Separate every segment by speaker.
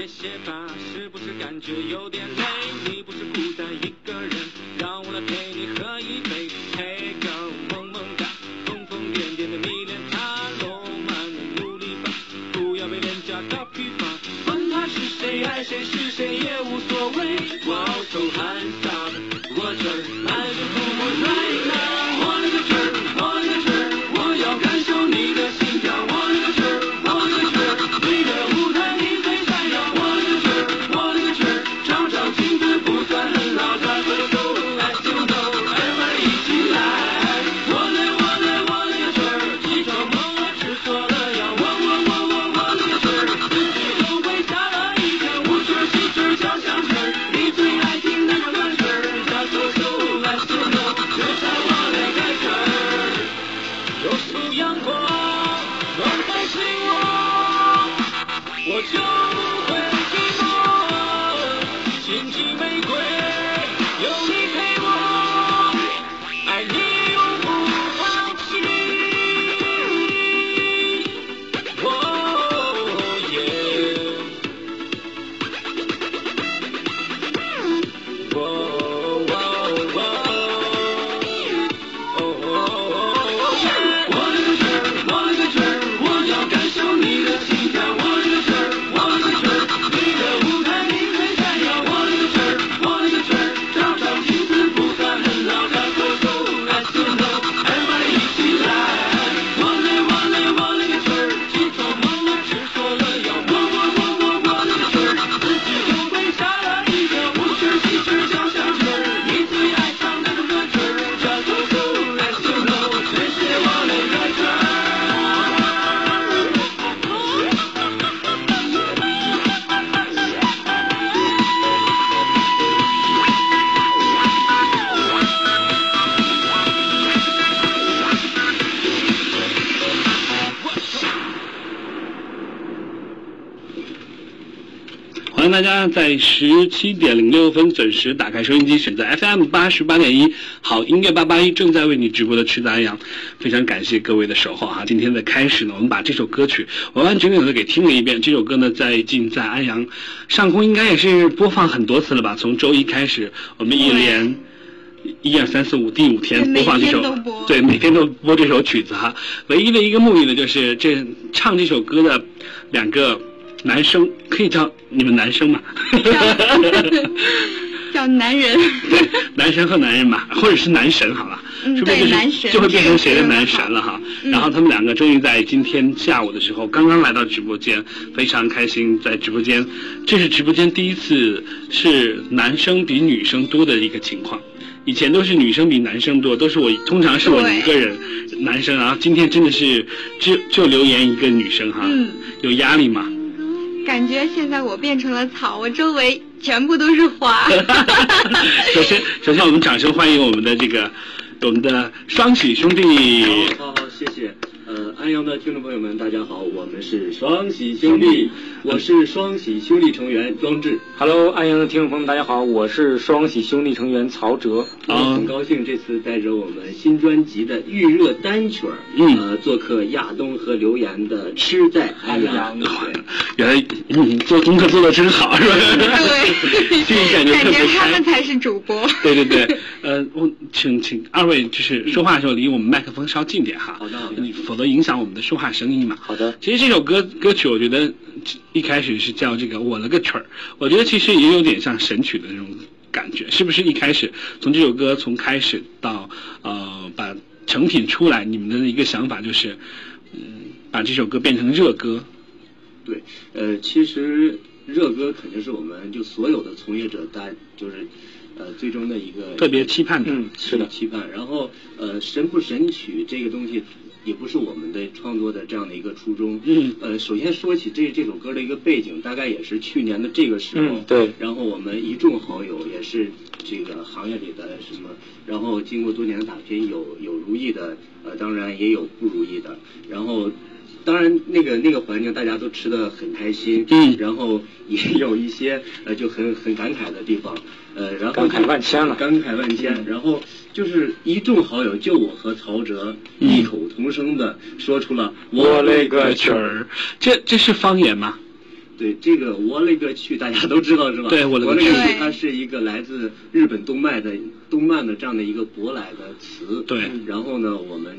Speaker 1: 写法是不是感觉有点累？你不是孤单一个人，让我来陪你喝一杯。Hey girl，萌萌哒，疯疯癫癫的迷恋他，浪漫的努力吧，不要被廉价搞疲乏。管他是谁爱谁是谁也无所谓。Wow so handsome，我这儿来自父母 right now，我勒个去儿，我勒个去儿，我要感受你的心跳，我勒个去儿，我勒个去儿，你的舞台你最闪耀，我勒个去儿，我勒个去儿，尝尝青春不算很老，咱们 go as you know，哥们儿一起来，我勒我勒我勒个去儿，一场梦我吃错了药，我我我我我勒个去儿，自己都会吓了一跳，舞曲儿戏曲儿交响曲儿，你最爱听哪首歌曲儿？Just go as you know，就像我勒个去儿。有束阳光暖在心窝，我就不会寂寞。荆棘玫瑰，有你陪我，爱你永不放弃。哦耶，哦哦。我勒个去儿，我勒个去儿，我要感受你的心跳。我勒个去儿，我勒个去儿，你的舞台明天闪耀。我勒个去儿，我勒个去儿，照常青春不算很老。Let's go go as you know，everybody 一起来。我勒我勒我勒个去儿，记错梦了，吃错了药。我我我我我勒个去儿，自己又被吓了一跳。舞曲儿戏曲儿交响曲儿，你最爱唱哪首歌曲儿？这首歌 Let's go go，这是我勒个去儿。
Speaker 2: 欢迎大家在十七点零六分准时打开收音机，选择 FM 八十八点一，好音乐八八一正在为你直播的吃杂羊，非常感谢各位的守候啊！今天的开始呢，我们把这首歌曲完完整整的给听了一遍。这首歌呢，最近在安阳上空应该也是播放很多次了吧？从周一开始，我们一连。一二三四五第五天播放这
Speaker 3: 对每天
Speaker 2: 首
Speaker 3: 都播，
Speaker 2: 对，每天都播这首曲子哈。唯一的一个目的呢，就是这唱这首歌的两个男生，可以叫你们男生嘛？
Speaker 3: 叫男 人，
Speaker 2: 男神和男人嘛，或者是男神，好吧，
Speaker 3: 嗯
Speaker 2: 是不是
Speaker 3: 对
Speaker 2: 就是
Speaker 3: 男神
Speaker 2: 就会变成谁的
Speaker 3: 这个
Speaker 2: 男
Speaker 3: 非常
Speaker 2: 神了哈？
Speaker 3: 嗯
Speaker 2: 然后他们两个终于在今天下午的时候刚刚来到直播间，非常开心，在直播间，这是直播间第一次是男生比女生多的一个情况。以前都是女生比男生多，都是我通常是我
Speaker 3: 对
Speaker 2: 一个人，男生啊，今天真的是只就留言一个女生哈，
Speaker 3: 嗯
Speaker 2: 有压 力吗？
Speaker 3: 感觉现在我变成了草，我周围全部都是花。
Speaker 2: 首先，首先我们掌声欢迎我们的这个我们的双喜兄弟。
Speaker 4: 好好好，谢谢。呃，安阳的听众朋友们，大家好，我们是双喜兄弟，我是双喜兄弟成员庄志。
Speaker 5: Hello，安阳的听众朋友们，大家好，我是双喜兄弟成员曹哲。
Speaker 4: 我很高兴这次带着我们新专辑的预热单曲儿，
Speaker 2: 嗯
Speaker 4: 呃，做客亚东和刘岩的《吃在安阳》对。
Speaker 2: 原来你做功课做的真好，是吧？
Speaker 3: 对，
Speaker 2: 这种感觉特别
Speaker 3: 他
Speaker 2: 开
Speaker 3: 们。才是主播。
Speaker 2: 对对对， 呃，我请请二位就是说话的时候离我们麦克风稍近点哈，
Speaker 4: 好的好的
Speaker 2: 你否则影响我们的说话声音嘛。
Speaker 4: 好的，
Speaker 2: 其实这首歌歌曲，我觉得一开始是叫这个“我了个曲儿”，我觉得其实也有点像神曲的那种感觉，是不是？一开始从这首歌从开始到呃把成品出来，你们的一个想法就是，嗯，把这首歌变成热歌，
Speaker 4: 对，呃，其实热歌肯定是我们就所有的从业者单，就是呃最终的一个
Speaker 2: 特别期盼的。
Speaker 5: 嗯是的
Speaker 4: 期盼。然后呃，神不神曲这个东西也不是我们的创作的这样的一个初衷。
Speaker 2: 嗯
Speaker 4: 呃，首先说起这这首歌的一个背景，大概也是去年的这个时候。
Speaker 5: 嗯对
Speaker 4: 然后我们一众好友也是这个行业里的什么，然后经过多年的打拼，有有如意的，呃，当然也有不如意的。然后。当然，那个那个环境大家都吃的很开心，
Speaker 2: 嗯
Speaker 4: 然后也有一些呃就很很感慨的地方，呃，然后
Speaker 5: 感慨万千了
Speaker 4: 感慨万千。然后就是一众好友，就我和曹哲
Speaker 2: 嗯
Speaker 4: 异口同声的说出了“
Speaker 2: 我
Speaker 4: 勒
Speaker 2: 勒个曲儿，这这是方言吗？
Speaker 4: 对这个我勒个去，大家都知道是吧？
Speaker 2: 对我勒个
Speaker 4: 勒个
Speaker 3: 去
Speaker 4: 去，它是一个来自日本动漫的动漫的这样的一个舶来的词。嗯
Speaker 2: 对
Speaker 4: 然后呢，我们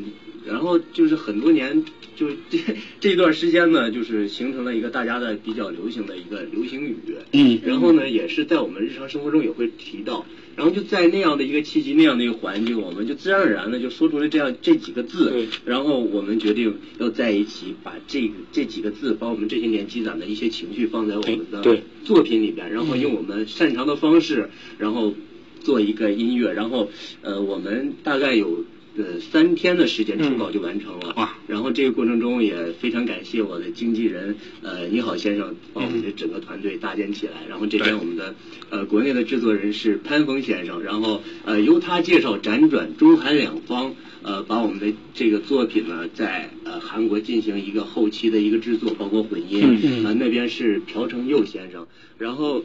Speaker 4: 然后就是很多年，就是 这这段时间呢，就是形成了一个大家的比较流行的一个流行语。
Speaker 2: 嗯
Speaker 4: 然后呢，也是在我们日常生活中也会提到。然后就在那样的一个契机、那样的一个环境，我们就自然而然的就说出了这样这几个字
Speaker 5: 对。
Speaker 4: 然后我们决定要在一起，把这个这几个字，把我们这些年积攒的一些情绪放在我们
Speaker 5: 哎对对
Speaker 4: 的作品里边，然后用我们擅长的方式，然后做一个音乐。然后呃，我们大概有。呃，三天的时间初稿就完成了，
Speaker 2: 哇
Speaker 4: 然后这个过程中也非常感谢我的经纪人，呃，你好先生把我们这整个团队搭建起来。然后这
Speaker 2: 对
Speaker 4: 边我们的呃国内的制作人是潘峰先生，然后呃由他介绍辗转中韩两方，呃把我们的这个作品呢在呃韩国进行一个后期的一个制作，包括混音，
Speaker 5: 嗯
Speaker 2: 嗯
Speaker 4: 呃那边是朴成佑先生，然后。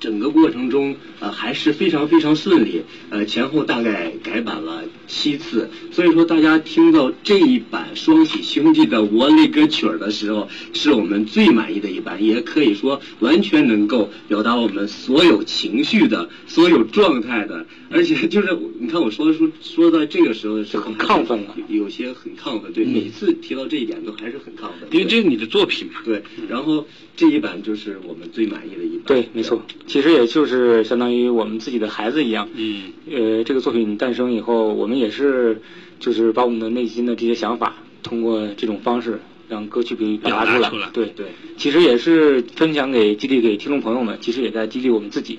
Speaker 4: 整个过程中，呃，还是非常非常顺利，呃，前后大概改版了七次，所以说大家听到这一版《双喜兄弟》的《我勒个曲儿》的时候，是我们最满意的一版，也可以说完全能够表达我们所有情绪的、所有状态的，而且就是你看我说的说说到这个时候的时候，
Speaker 5: 就很亢奋了
Speaker 4: 有有些很亢奋，对，每次提到这一点都还是很亢奋，
Speaker 2: 因为
Speaker 4: 对
Speaker 2: 这是你的作品嘛。
Speaker 4: 对，然后这一版就是我们最满意的一版。
Speaker 5: 对，没错，其实也就是相当于我们自己的孩子一样。
Speaker 2: 嗯，
Speaker 5: 呃，这个作品诞生以后，我们也是就是把我们的内心的这些想法，通过这种方式让歌曲给表达
Speaker 2: 表
Speaker 5: 出
Speaker 2: 达
Speaker 5: 来。
Speaker 2: 出来
Speaker 5: 对
Speaker 4: 对，
Speaker 5: 其实也是分享给激励给听众朋友们，其实也在激励我们自己。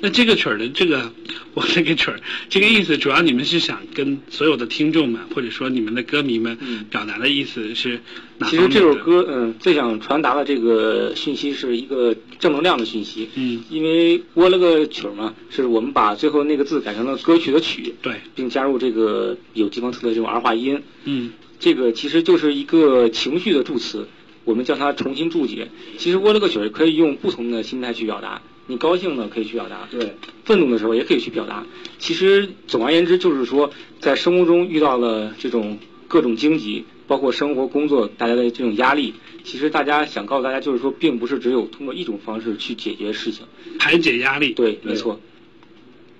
Speaker 2: 那这个曲儿的这个我那个曲儿，这个意思主要你们是想跟所有的听众们，或者说你们的歌迷们
Speaker 5: 嗯
Speaker 2: 表达的意思是哪
Speaker 5: 其
Speaker 2: 方面
Speaker 5: 实这首
Speaker 2: 的
Speaker 5: 歌，嗯，最想传达的这个讯息是一个正能量的讯息。
Speaker 2: 嗯
Speaker 5: 因为窝了个曲儿嘛，是我们把最后那个字改成了歌曲的曲，
Speaker 2: 对，
Speaker 5: 并加入这个有地方特色的这种儿化音。
Speaker 2: 嗯
Speaker 5: 这个其实就是一个情绪的助词，我们将它重新注解。其实窝了个曲儿可以用不同的心态去表达，你高兴了可以去表达，
Speaker 4: 对，
Speaker 5: 愤怒的时候也可以去表达。其实总而言之，就是说在生活中遇到了这种各种荆棘，包括生活、工作带来的这种压力，其实大家想告诉大家，就是说，并不是只有通过一种方式去解决事情。
Speaker 2: 排解压力。
Speaker 5: 对，没错，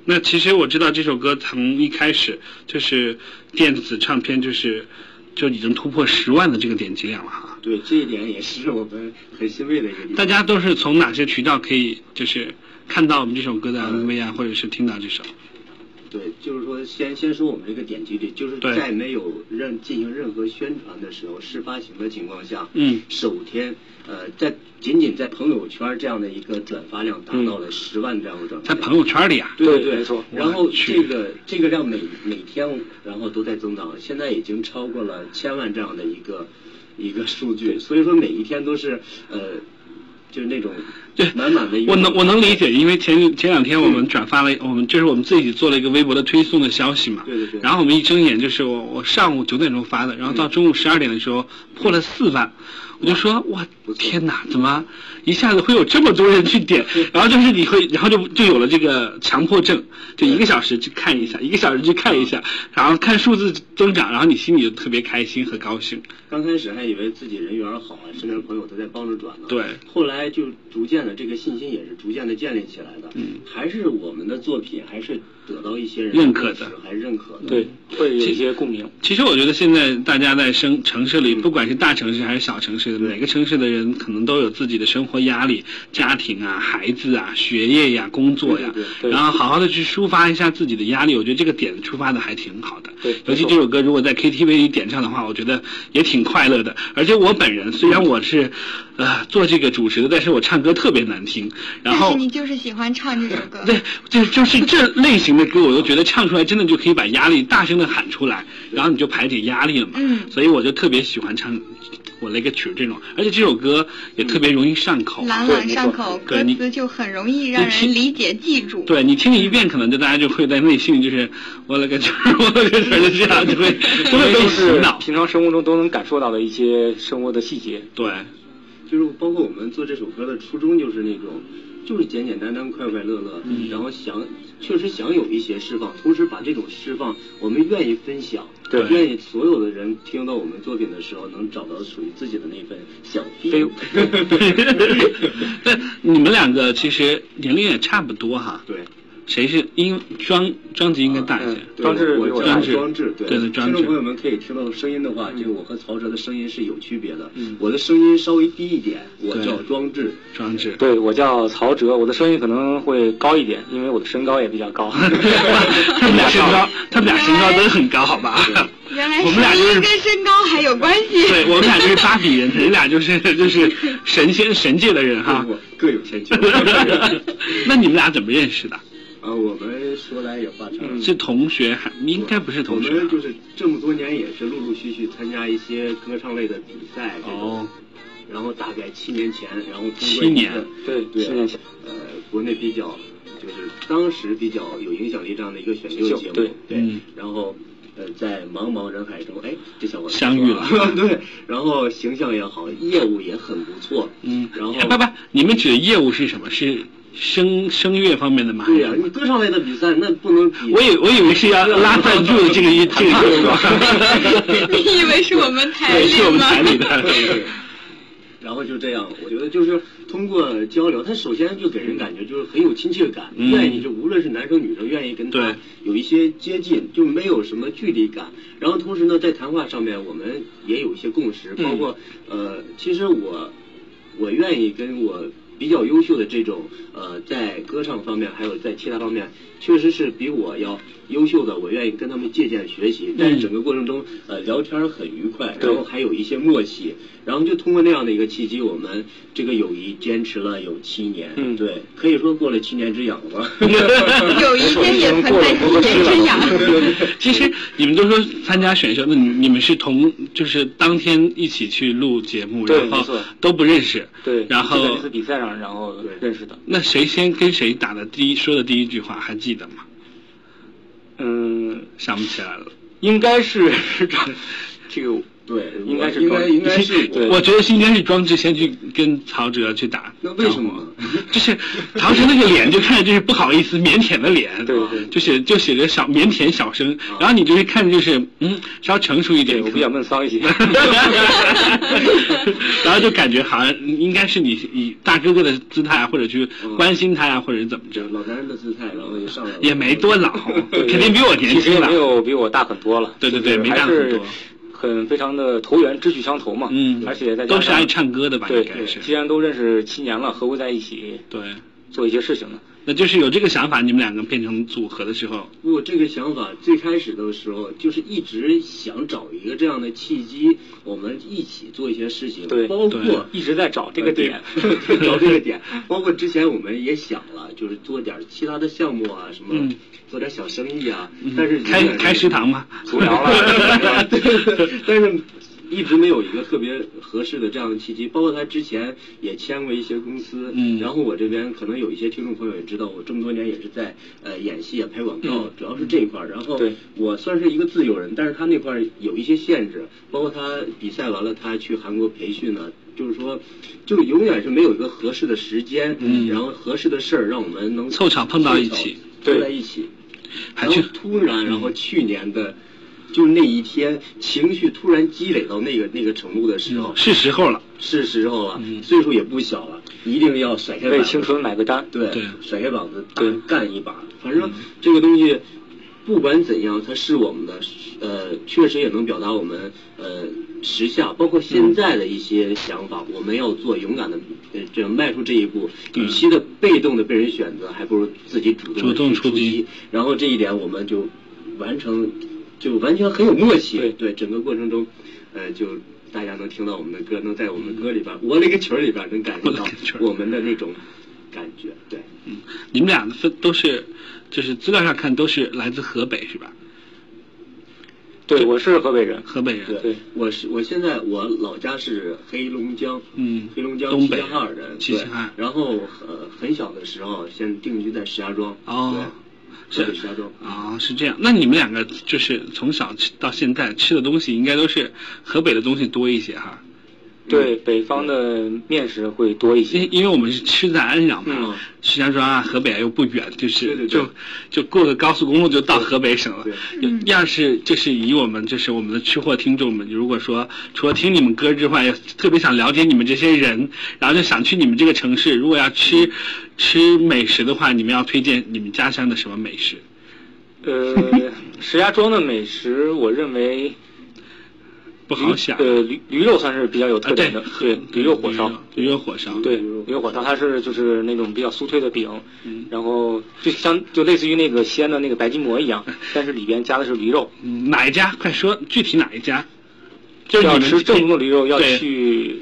Speaker 2: 那其实我知道这首歌从一开始就是电子唱片，就是就已经突破十万的这个点击量了哈。
Speaker 4: 对，这一点也是我们很欣慰的一个地
Speaker 2: 大
Speaker 4: 方。
Speaker 2: 家都是从哪些渠道可以就是看到我们这首歌的
Speaker 4: 嗯
Speaker 2: MV 啊，或者是听到这首？
Speaker 4: 对，就是说先先说我们这个点击率，就是
Speaker 2: 对
Speaker 4: 在没有任进行任何宣传的时候，试发行的情况下，
Speaker 2: 嗯
Speaker 4: 首天，呃，在仅仅在朋友圈这样的一个转发量达到了十万这样的转
Speaker 2: 嗯
Speaker 4: 发
Speaker 2: 在
Speaker 4: 量。
Speaker 2: 朋友圈里啊，
Speaker 4: 对
Speaker 5: 对
Speaker 4: 对，
Speaker 5: 没错
Speaker 4: 然后
Speaker 2: 我去
Speaker 4: 这个这个量每每天然后都在增长，现在已经超过了千万这样的一个一个数据，所以说每一天都是呃，就是那种
Speaker 2: 对，
Speaker 4: 满满的一个。
Speaker 2: 我能我能理解，因为前前两天我们转发了，我们就是我们自己做了一个微博的推送的消息嘛。
Speaker 4: 对对对嗯
Speaker 2: 然后我们一睁眼就是我我上午九点钟发的，然后到中午十二点的时候破了四万。我就说哇
Speaker 4: 不错
Speaker 2: 天哪，怎么一下子会有这么多人去点？然后就是你会，然后就就有了这个强迫症，就一个小时去看一下，一个小时去看一下，然后看数字增长，然后你心里就特别开心和高兴。
Speaker 4: 刚开始还以为自己人缘好，啊身边朋友都在帮着转呢。
Speaker 2: 对
Speaker 4: 后来就逐渐的这个信心也是逐渐的建立起来的。
Speaker 2: 嗯
Speaker 4: 还是我们的作品还是得到一些人
Speaker 2: 认可的
Speaker 4: 支持还认可的。
Speaker 5: 对，
Speaker 2: 嗯
Speaker 5: 会有一些共鸣。
Speaker 2: 其实我觉得现在大家在生城市里，不管是大城市还是小城
Speaker 5: 嗯
Speaker 2: 市，每个城市的人可能都有自己的生活压力、家庭啊、孩子啊、学业呀、工作呀
Speaker 4: 对对，
Speaker 5: 对
Speaker 2: 然后好好的去抒发一下自己的压力，我觉得这个点出发的还挺好的。
Speaker 5: 对
Speaker 2: 尤其
Speaker 5: 没错
Speaker 2: 这首歌如果在 KTV 里点唱的话，我觉得也挺快乐的。而且我本人虽然我是，呃，做这个主持的，但是我唱歌特别难听，然
Speaker 3: 但
Speaker 2: 后
Speaker 3: 是你就是喜欢唱这首歌。
Speaker 2: 对，就就是这类型的歌，我都觉得唱出来真的就可以把压力大声的喊出来，然后你就排解压力了嘛。
Speaker 3: 嗯
Speaker 2: 所以我就特别喜欢唱我那个曲儿这种，而且这首歌也特别容易上口。
Speaker 3: 朗朗上口，
Speaker 2: 对
Speaker 3: 歌
Speaker 2: 你
Speaker 3: 词就很容易让人理解记住。
Speaker 2: 对你听一遍，可能就大家就会在内心里就是 我勒个曲儿，我勒个曲儿，就这样就会就
Speaker 5: 嗯因
Speaker 2: 会
Speaker 5: 为
Speaker 2: 被
Speaker 5: 都
Speaker 2: 洗
Speaker 5: 是
Speaker 2: 脑。
Speaker 5: 平常生活中都能感受到的一些生活的细节。
Speaker 2: 对，
Speaker 4: 就是包括我们做这首歌的初衷就是那种，就是简简单单、快快乐乐，
Speaker 2: 嗯
Speaker 4: 然后想确实想有一些释放，同时把这种释放我们愿意分享，
Speaker 5: 对
Speaker 4: 愿意所有的人听到我们作品的时候能找到属于自己的那份小 feel。
Speaker 2: 那你们两个其实年龄也差不多哈，
Speaker 4: 对。
Speaker 2: 谁是因庄庄吉应该大一些，
Speaker 4: 对
Speaker 5: 装置
Speaker 4: 我
Speaker 5: 比我
Speaker 4: 我
Speaker 5: 大
Speaker 4: 叫
Speaker 2: 一些
Speaker 4: 装置，对
Speaker 2: 对对装置
Speaker 4: 听众朋友们可以听到声音的话，这个我和曹哲的声音是有区别的
Speaker 5: 嗯。
Speaker 4: 我的声音稍微低一点，我
Speaker 2: 对
Speaker 4: 叫装置。
Speaker 2: 庄志。
Speaker 5: 对，我叫曹哲，我的声音可能会高一点，因为我的身高也比 较高。
Speaker 2: 他们俩身高，他们俩身高都很高，好吧？
Speaker 3: 原来
Speaker 2: 我们俩
Speaker 3: 声
Speaker 2: 就
Speaker 3: 音
Speaker 2: 是，
Speaker 3: 跟身高还有关系。
Speaker 2: 对 我们俩就是芭比人，人俩就是就是神仙神界的人哈
Speaker 4: 不。不各有千 秋。
Speaker 2: 那你们俩怎么认识的？
Speaker 4: 啊，我们说来也话长，
Speaker 2: 是同学还应该不是同学
Speaker 4: 嗯
Speaker 2: 啊
Speaker 4: 我
Speaker 2: 吧
Speaker 4: 们就是啊这么多年也是陆陆续续参加一些歌唱类的比赛这种
Speaker 2: 哦，
Speaker 4: 然后大概七年前，然后通过
Speaker 2: 七年
Speaker 4: 一个
Speaker 5: 对
Speaker 4: 对
Speaker 5: 七年前，
Speaker 4: 呃，国内比较就是当时比较有影响力这样的一个选秀
Speaker 5: 选秀
Speaker 4: 节目，
Speaker 5: 对
Speaker 2: 嗯
Speaker 4: 然后。呃，在茫茫人海中，哎，这小伙子
Speaker 2: 相遇了
Speaker 4: 对，然后形象也好，业务也很不错，
Speaker 2: 嗯，
Speaker 4: 然后
Speaker 2: 不不，你们指的业务是什么？是声声乐方面的吗？
Speaker 4: 对呀、你歌唱类的比赛那不能比，
Speaker 2: 我以我以为是要拉赞助的这个业这个业 务，
Speaker 3: 你以为是我们台
Speaker 2: 对，
Speaker 3: 里
Speaker 2: 是我们
Speaker 3: 吗？
Speaker 2: 台里的。
Speaker 4: 然后就这样，我觉得就是通过交流，他首先就给人感觉就是很有亲切感，
Speaker 2: 嗯
Speaker 4: 愿意就无论是男生女生，愿意跟
Speaker 2: 对
Speaker 4: 他有一些接近，就没有什么距离感。然后同时呢，在谈话上面我们也有一些共识，
Speaker 2: 嗯
Speaker 4: 包括、呃，其实我我愿意跟我。比较优秀的这种，呃，在歌唱方面，还有在其他方面，确实是比我要优秀的。我愿意跟他们借鉴学习，但是整个过程中，呃，聊天儿很愉快，
Speaker 5: 嗯对
Speaker 4: 然后还有一些默契，然后就通过那样的一个契机，我们这个友谊坚持了有七年，
Speaker 5: 嗯
Speaker 4: 对，可以说过了七年之痒了吧。
Speaker 3: 有一天也 存在七年之痒。
Speaker 2: 其实你们都说参加选秀，那你你们是同就是当天一起去录节目，
Speaker 5: 对
Speaker 2: 然
Speaker 5: 没
Speaker 2: 后
Speaker 5: 错
Speaker 2: 都不认识，
Speaker 5: 对，
Speaker 2: 然
Speaker 5: 就在
Speaker 2: 后
Speaker 5: 那次比赛上，然后
Speaker 4: 对
Speaker 5: 认识的。
Speaker 2: 那谁先跟谁打的第一说的第一句话还记得吗？
Speaker 5: 嗯，
Speaker 2: 想不起来了。
Speaker 5: 应该是 这个，
Speaker 4: 对，
Speaker 5: 应该是
Speaker 4: 应该
Speaker 5: 高
Speaker 4: 应该是
Speaker 5: 对
Speaker 2: 我觉得是应该是庄志先去跟曹哲去打。
Speaker 4: 那为什么呢
Speaker 2: 就是曹哲那个脸，就看着就是不好意思、腼腆的脸，
Speaker 5: 对对啊
Speaker 2: 就写就写着小腼腆小生，然后你就是看着就是嗯，稍成熟一点
Speaker 5: 对，，我比较闷骚一 些。
Speaker 2: 然后就感觉好像应该是你以大哥哥的姿态，或者去关心他呀，或者是怎么着，
Speaker 4: 老男人的姿态，然后也上来了，
Speaker 2: 也没多老，
Speaker 5: 对
Speaker 2: 肯定比我年
Speaker 5: 其实
Speaker 2: 轻
Speaker 5: 也
Speaker 2: 了
Speaker 5: 没。有比我大很多了。
Speaker 2: 对对对
Speaker 5: 就
Speaker 2: 没
Speaker 5: 是
Speaker 2: 大
Speaker 5: 还
Speaker 2: 很
Speaker 5: 是
Speaker 2: 多
Speaker 5: 很非常的投缘，志趣相投嘛。
Speaker 2: 嗯
Speaker 5: 而且再加
Speaker 2: 都是
Speaker 5: 上
Speaker 2: 爱唱歌的吧
Speaker 5: 对
Speaker 2: 应该是
Speaker 5: 既然都认识七年了，何不在一起
Speaker 2: 对，
Speaker 5: 做一些事情呢？
Speaker 2: 那就是有这个想法，你们两个变成组合的时候，
Speaker 4: 我这个想法最开始的时候，就是一直想找一个这样的契机，我们一起做一些事情，
Speaker 5: 对
Speaker 4: 包
Speaker 2: 对
Speaker 4: 括
Speaker 5: 一直在找这个点。
Speaker 2: 呃
Speaker 4: 对 找这个点。包括之前我们也想了，就是做点其他的项目啊，什么、
Speaker 2: 嗯
Speaker 4: 做点小生意啊，
Speaker 2: 嗯
Speaker 4: 但是
Speaker 2: 开
Speaker 4: 永远
Speaker 2: 开食堂吗
Speaker 5: 足疗 了
Speaker 4: 对 但是。一直没有一个特别合适的这样的契机，包括他之前也签过一些公司，
Speaker 2: 嗯
Speaker 4: 然后我这边可能有一些听众朋友也知道，我这么多年也是在呃演戏啊、拍广告，
Speaker 5: 嗯
Speaker 4: 主要是这一块儿。然后
Speaker 5: 对
Speaker 4: 我算是一个自由人，但是他那块儿有一些限制，包括他比赛完了，他去韩国培训呢，就是说，就永远是没有一个合适的时间，
Speaker 2: 嗯
Speaker 4: 然后合适的事儿让我们能
Speaker 2: 凑巧碰到一起
Speaker 4: 凑巧
Speaker 5: 对
Speaker 4: 凑在一起，
Speaker 2: 还
Speaker 4: 然后
Speaker 2: 去嗯
Speaker 4: 突然，然后去年的。就是那一天，情绪突然积累到那个那个程度的时候，
Speaker 2: 嗯是时候了。
Speaker 4: 是时候了，
Speaker 2: 嗯
Speaker 4: 岁数也不小了，一定要甩开
Speaker 5: 为
Speaker 4: 膀子
Speaker 5: 青春买个单。
Speaker 4: 对，
Speaker 2: 对
Speaker 4: 甩开膀子
Speaker 5: 对嗯
Speaker 4: 干一把。反正这个东西，不管怎样，它是我们的，呃，确实也能表达我们呃时下，包括现在的一些想法。
Speaker 5: 嗯
Speaker 4: 我们要做勇敢的，呃，这样迈出这一步，
Speaker 2: 嗯
Speaker 4: 与其的被动的被人选择，还不如自己主
Speaker 2: 主动
Speaker 4: 动地去
Speaker 2: 出
Speaker 4: 出
Speaker 2: 击
Speaker 4: 击。然后这一点我们就完成，就完全很有默契。
Speaker 5: 对
Speaker 4: 整个过程中，呃，就。大家能听到我们的歌，能在我们的歌里边，我那个曲儿里边能感受
Speaker 2: 我
Speaker 4: 到
Speaker 2: 勒个曲儿
Speaker 4: 我们的那种感觉，对。
Speaker 2: 嗯，你们俩分都是，就是资料上看都是来自河北是吧？
Speaker 5: 对，我是河北人。
Speaker 2: 河北人。嗯
Speaker 5: 对
Speaker 4: 对，我是我现在我老家是黑龙江，
Speaker 2: 嗯
Speaker 4: 黑龙江
Speaker 2: 东北
Speaker 4: 齐齐哈尔人，
Speaker 2: 齐齐
Speaker 4: 对
Speaker 2: 哈尔
Speaker 4: 然后呃，很小的时候先定居在石家庄，
Speaker 2: 哦，
Speaker 4: 对，
Speaker 2: 是
Speaker 4: 河北石家庄。
Speaker 2: 哦，是这样。那你们两个就是从小吃到现在吃的东西，应该都是河北的东西多一些哈。
Speaker 5: 对北方的面食会多一些
Speaker 2: 因。因为我们是吃在安阳嘛，
Speaker 5: 嗯
Speaker 2: 石家庄啊、河北啊又不远，就是
Speaker 4: 对对对
Speaker 2: 就就过个高速公路就到河北省了
Speaker 4: 对。
Speaker 2: 要
Speaker 3: 嗯
Speaker 2: 要是就是以我们就是我们的吃货听众们，如果说除了听你们歌之外，也特别想了解你们这些人，然后就想去你们这个城市，如果要
Speaker 5: 嗯
Speaker 2: 吃、吃美食的话，你们要推荐你们家乡的什么美食？哎
Speaker 5: 呃，石家庄的美食，我认为
Speaker 2: 不好想。
Speaker 5: 呃，驴驴肉算是比较有
Speaker 2: 啊，
Speaker 5: 特点的，对，驴肉火烧，
Speaker 2: 驴肉火烧，
Speaker 5: 对，驴肉火烧它是就是那种比较酥脆的饼，
Speaker 2: 嗯
Speaker 5: 然后就像就类似于那个西安的那个白吉馍一 样，但是里边加的是驴肉。
Speaker 2: 嗯哪一家？快说具体哪一家？就是你
Speaker 5: 要
Speaker 2: 们
Speaker 5: 吃正宗的驴肉，要
Speaker 2: 对
Speaker 5: 去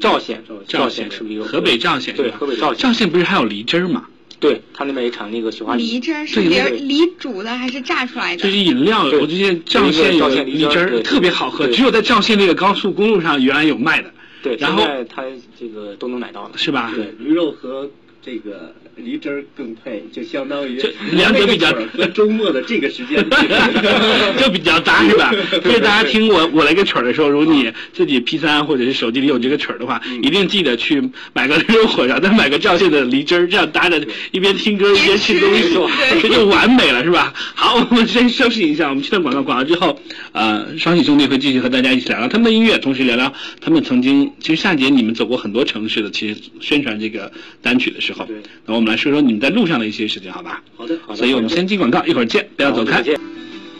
Speaker 5: 赵县，
Speaker 2: 赵
Speaker 5: 县吃驴肉，
Speaker 2: 河北赵县
Speaker 5: 对，
Speaker 2: 是吧
Speaker 5: 河北赵县，
Speaker 2: 赵县不是还有梨汁儿吗？
Speaker 5: 对他那边也产那个雪
Speaker 2: 啊
Speaker 5: 花
Speaker 3: 梨
Speaker 5: 梨，
Speaker 3: 汁儿是梨儿梨煮的还是榨出来的
Speaker 2: 就？是饮料，
Speaker 5: 对
Speaker 2: 我就记得赵县有
Speaker 5: 有一个赵县
Speaker 2: 梨
Speaker 5: 梨
Speaker 2: 汁
Speaker 5: 汁儿
Speaker 2: 儿，
Speaker 5: 对
Speaker 2: 特别好喝，
Speaker 5: 对
Speaker 2: 只有在赵县那个高速公路上原来有卖的，
Speaker 5: 对，
Speaker 2: 然
Speaker 5: 现
Speaker 2: 后
Speaker 5: 在他这个都能买到了。
Speaker 2: 是吧？
Speaker 4: 对，驴肉和这个梨汁儿更配，就相当于
Speaker 2: 这两者比较，
Speaker 4: 那个腿儿和周末的这个时间
Speaker 2: 就比较搭 是吧？所以大家听我我来个曲儿的时候，如果你自己 P 三或者是手机里有这个曲儿的话，
Speaker 4: 嗯
Speaker 2: 一定记得去买个驴肉火烧，再买个赵县的梨汁儿，这样搭着一边听歌一边吃东西，这就完美了是吧？好，我们先休息一下，我们去段广告，广告之后，呃，双喜兄弟会继续和大家一起聊聊他们的音乐，同时聊聊他们曾经，其实夏姐你们走过很多城市的，其实宣传这个单曲的时候
Speaker 4: 对，
Speaker 2: 那我们来说说你们在路上的一些事情，好吧？
Speaker 4: 好的，好的。
Speaker 2: 所以我们先进广告，一会儿见，不要走
Speaker 5: 好
Speaker 2: 开
Speaker 5: 再。见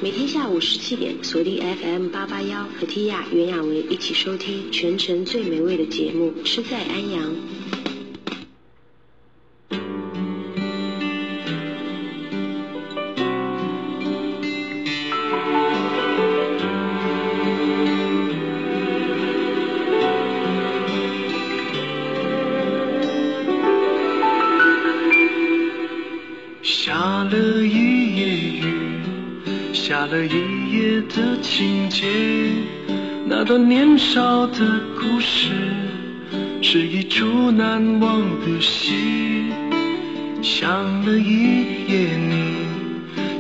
Speaker 6: 每天下午十七点，锁定 FM 八八幺和 t 亚袁娅维一起收听全城最美味的节目《吃在安阳》。
Speaker 7: 下了一夜雨，下了一夜的情节，那段年少的故事，是一株难忘的戏。想了一夜你，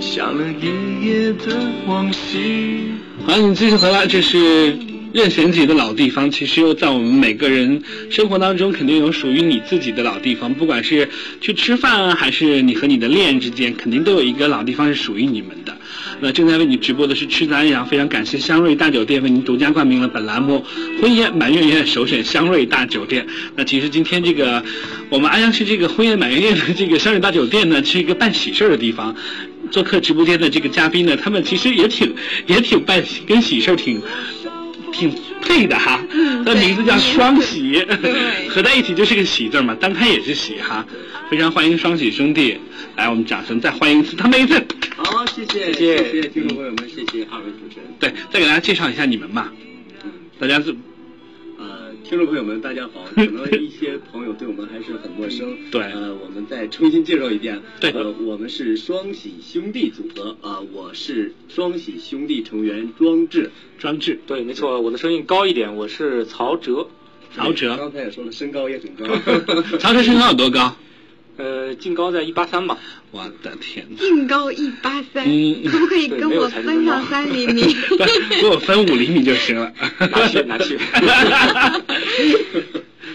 Speaker 7: 想了一夜的往昔。
Speaker 2: 好，你继续回来，这是任贤齐的老地方。其实又在我们每个人生活当中，肯定有属于你自己的老地方，不管是去吃饭啊，还是你和你的恋人之间，肯定都有一个老地方是属于你们的。那正在为你直播的是吃在安阳，非常感谢香瑞大酒店为您独家冠名了本栏目婚宴满月宴首选香瑞大酒店。那其实今天这个我们安阳市这个婚宴满月宴的这个香瑞大酒店呢，是一个办喜事儿的地方。做客直播间的这个嘉宾呢，他们其实也挺也挺办喜跟喜事儿挺挺配的哈。那嗯名字叫双喜，
Speaker 3: 对
Speaker 2: 合在一起就是个喜字嘛，单开也是喜哈。非常欢迎双喜兄弟，来我们掌声再欢迎一次，他们一次。
Speaker 4: 好，谢谢
Speaker 5: 谢谢
Speaker 4: 谢谢听众朋友们，谢谢二位主持人。
Speaker 2: 对，再给大家介绍一下你们嘛，大家是
Speaker 4: 呃，听众朋友们，大家
Speaker 2: ，
Speaker 4: 好。可能一些朋友对我们还是很陌生
Speaker 2: 对
Speaker 4: 呃，我们再重新介绍一遍。
Speaker 2: 对
Speaker 4: 呃，我们是双喜兄弟组合啊、我是双喜兄弟成员庄志。
Speaker 2: 庄志、
Speaker 5: 对，没错，我的声音高一点，我是曹哲，
Speaker 2: 曹
Speaker 4: 对
Speaker 2: 哲
Speaker 4: 哎刚，才也说了，身高也很 高。
Speaker 2: 曹哲身高有多高？
Speaker 5: 呃，净高在一八三吧，
Speaker 2: 我的天哪！
Speaker 3: 净高一八三
Speaker 2: 嗯，
Speaker 3: 可不可以
Speaker 5: 对
Speaker 3: 跟
Speaker 5: 没有
Speaker 3: 我
Speaker 5: 才
Speaker 3: 分
Speaker 5: 能
Speaker 3: 上
Speaker 5: 高
Speaker 3: 三厘 米？
Speaker 2: 对，给我分五厘米就行了。
Speaker 5: 拿去拿 去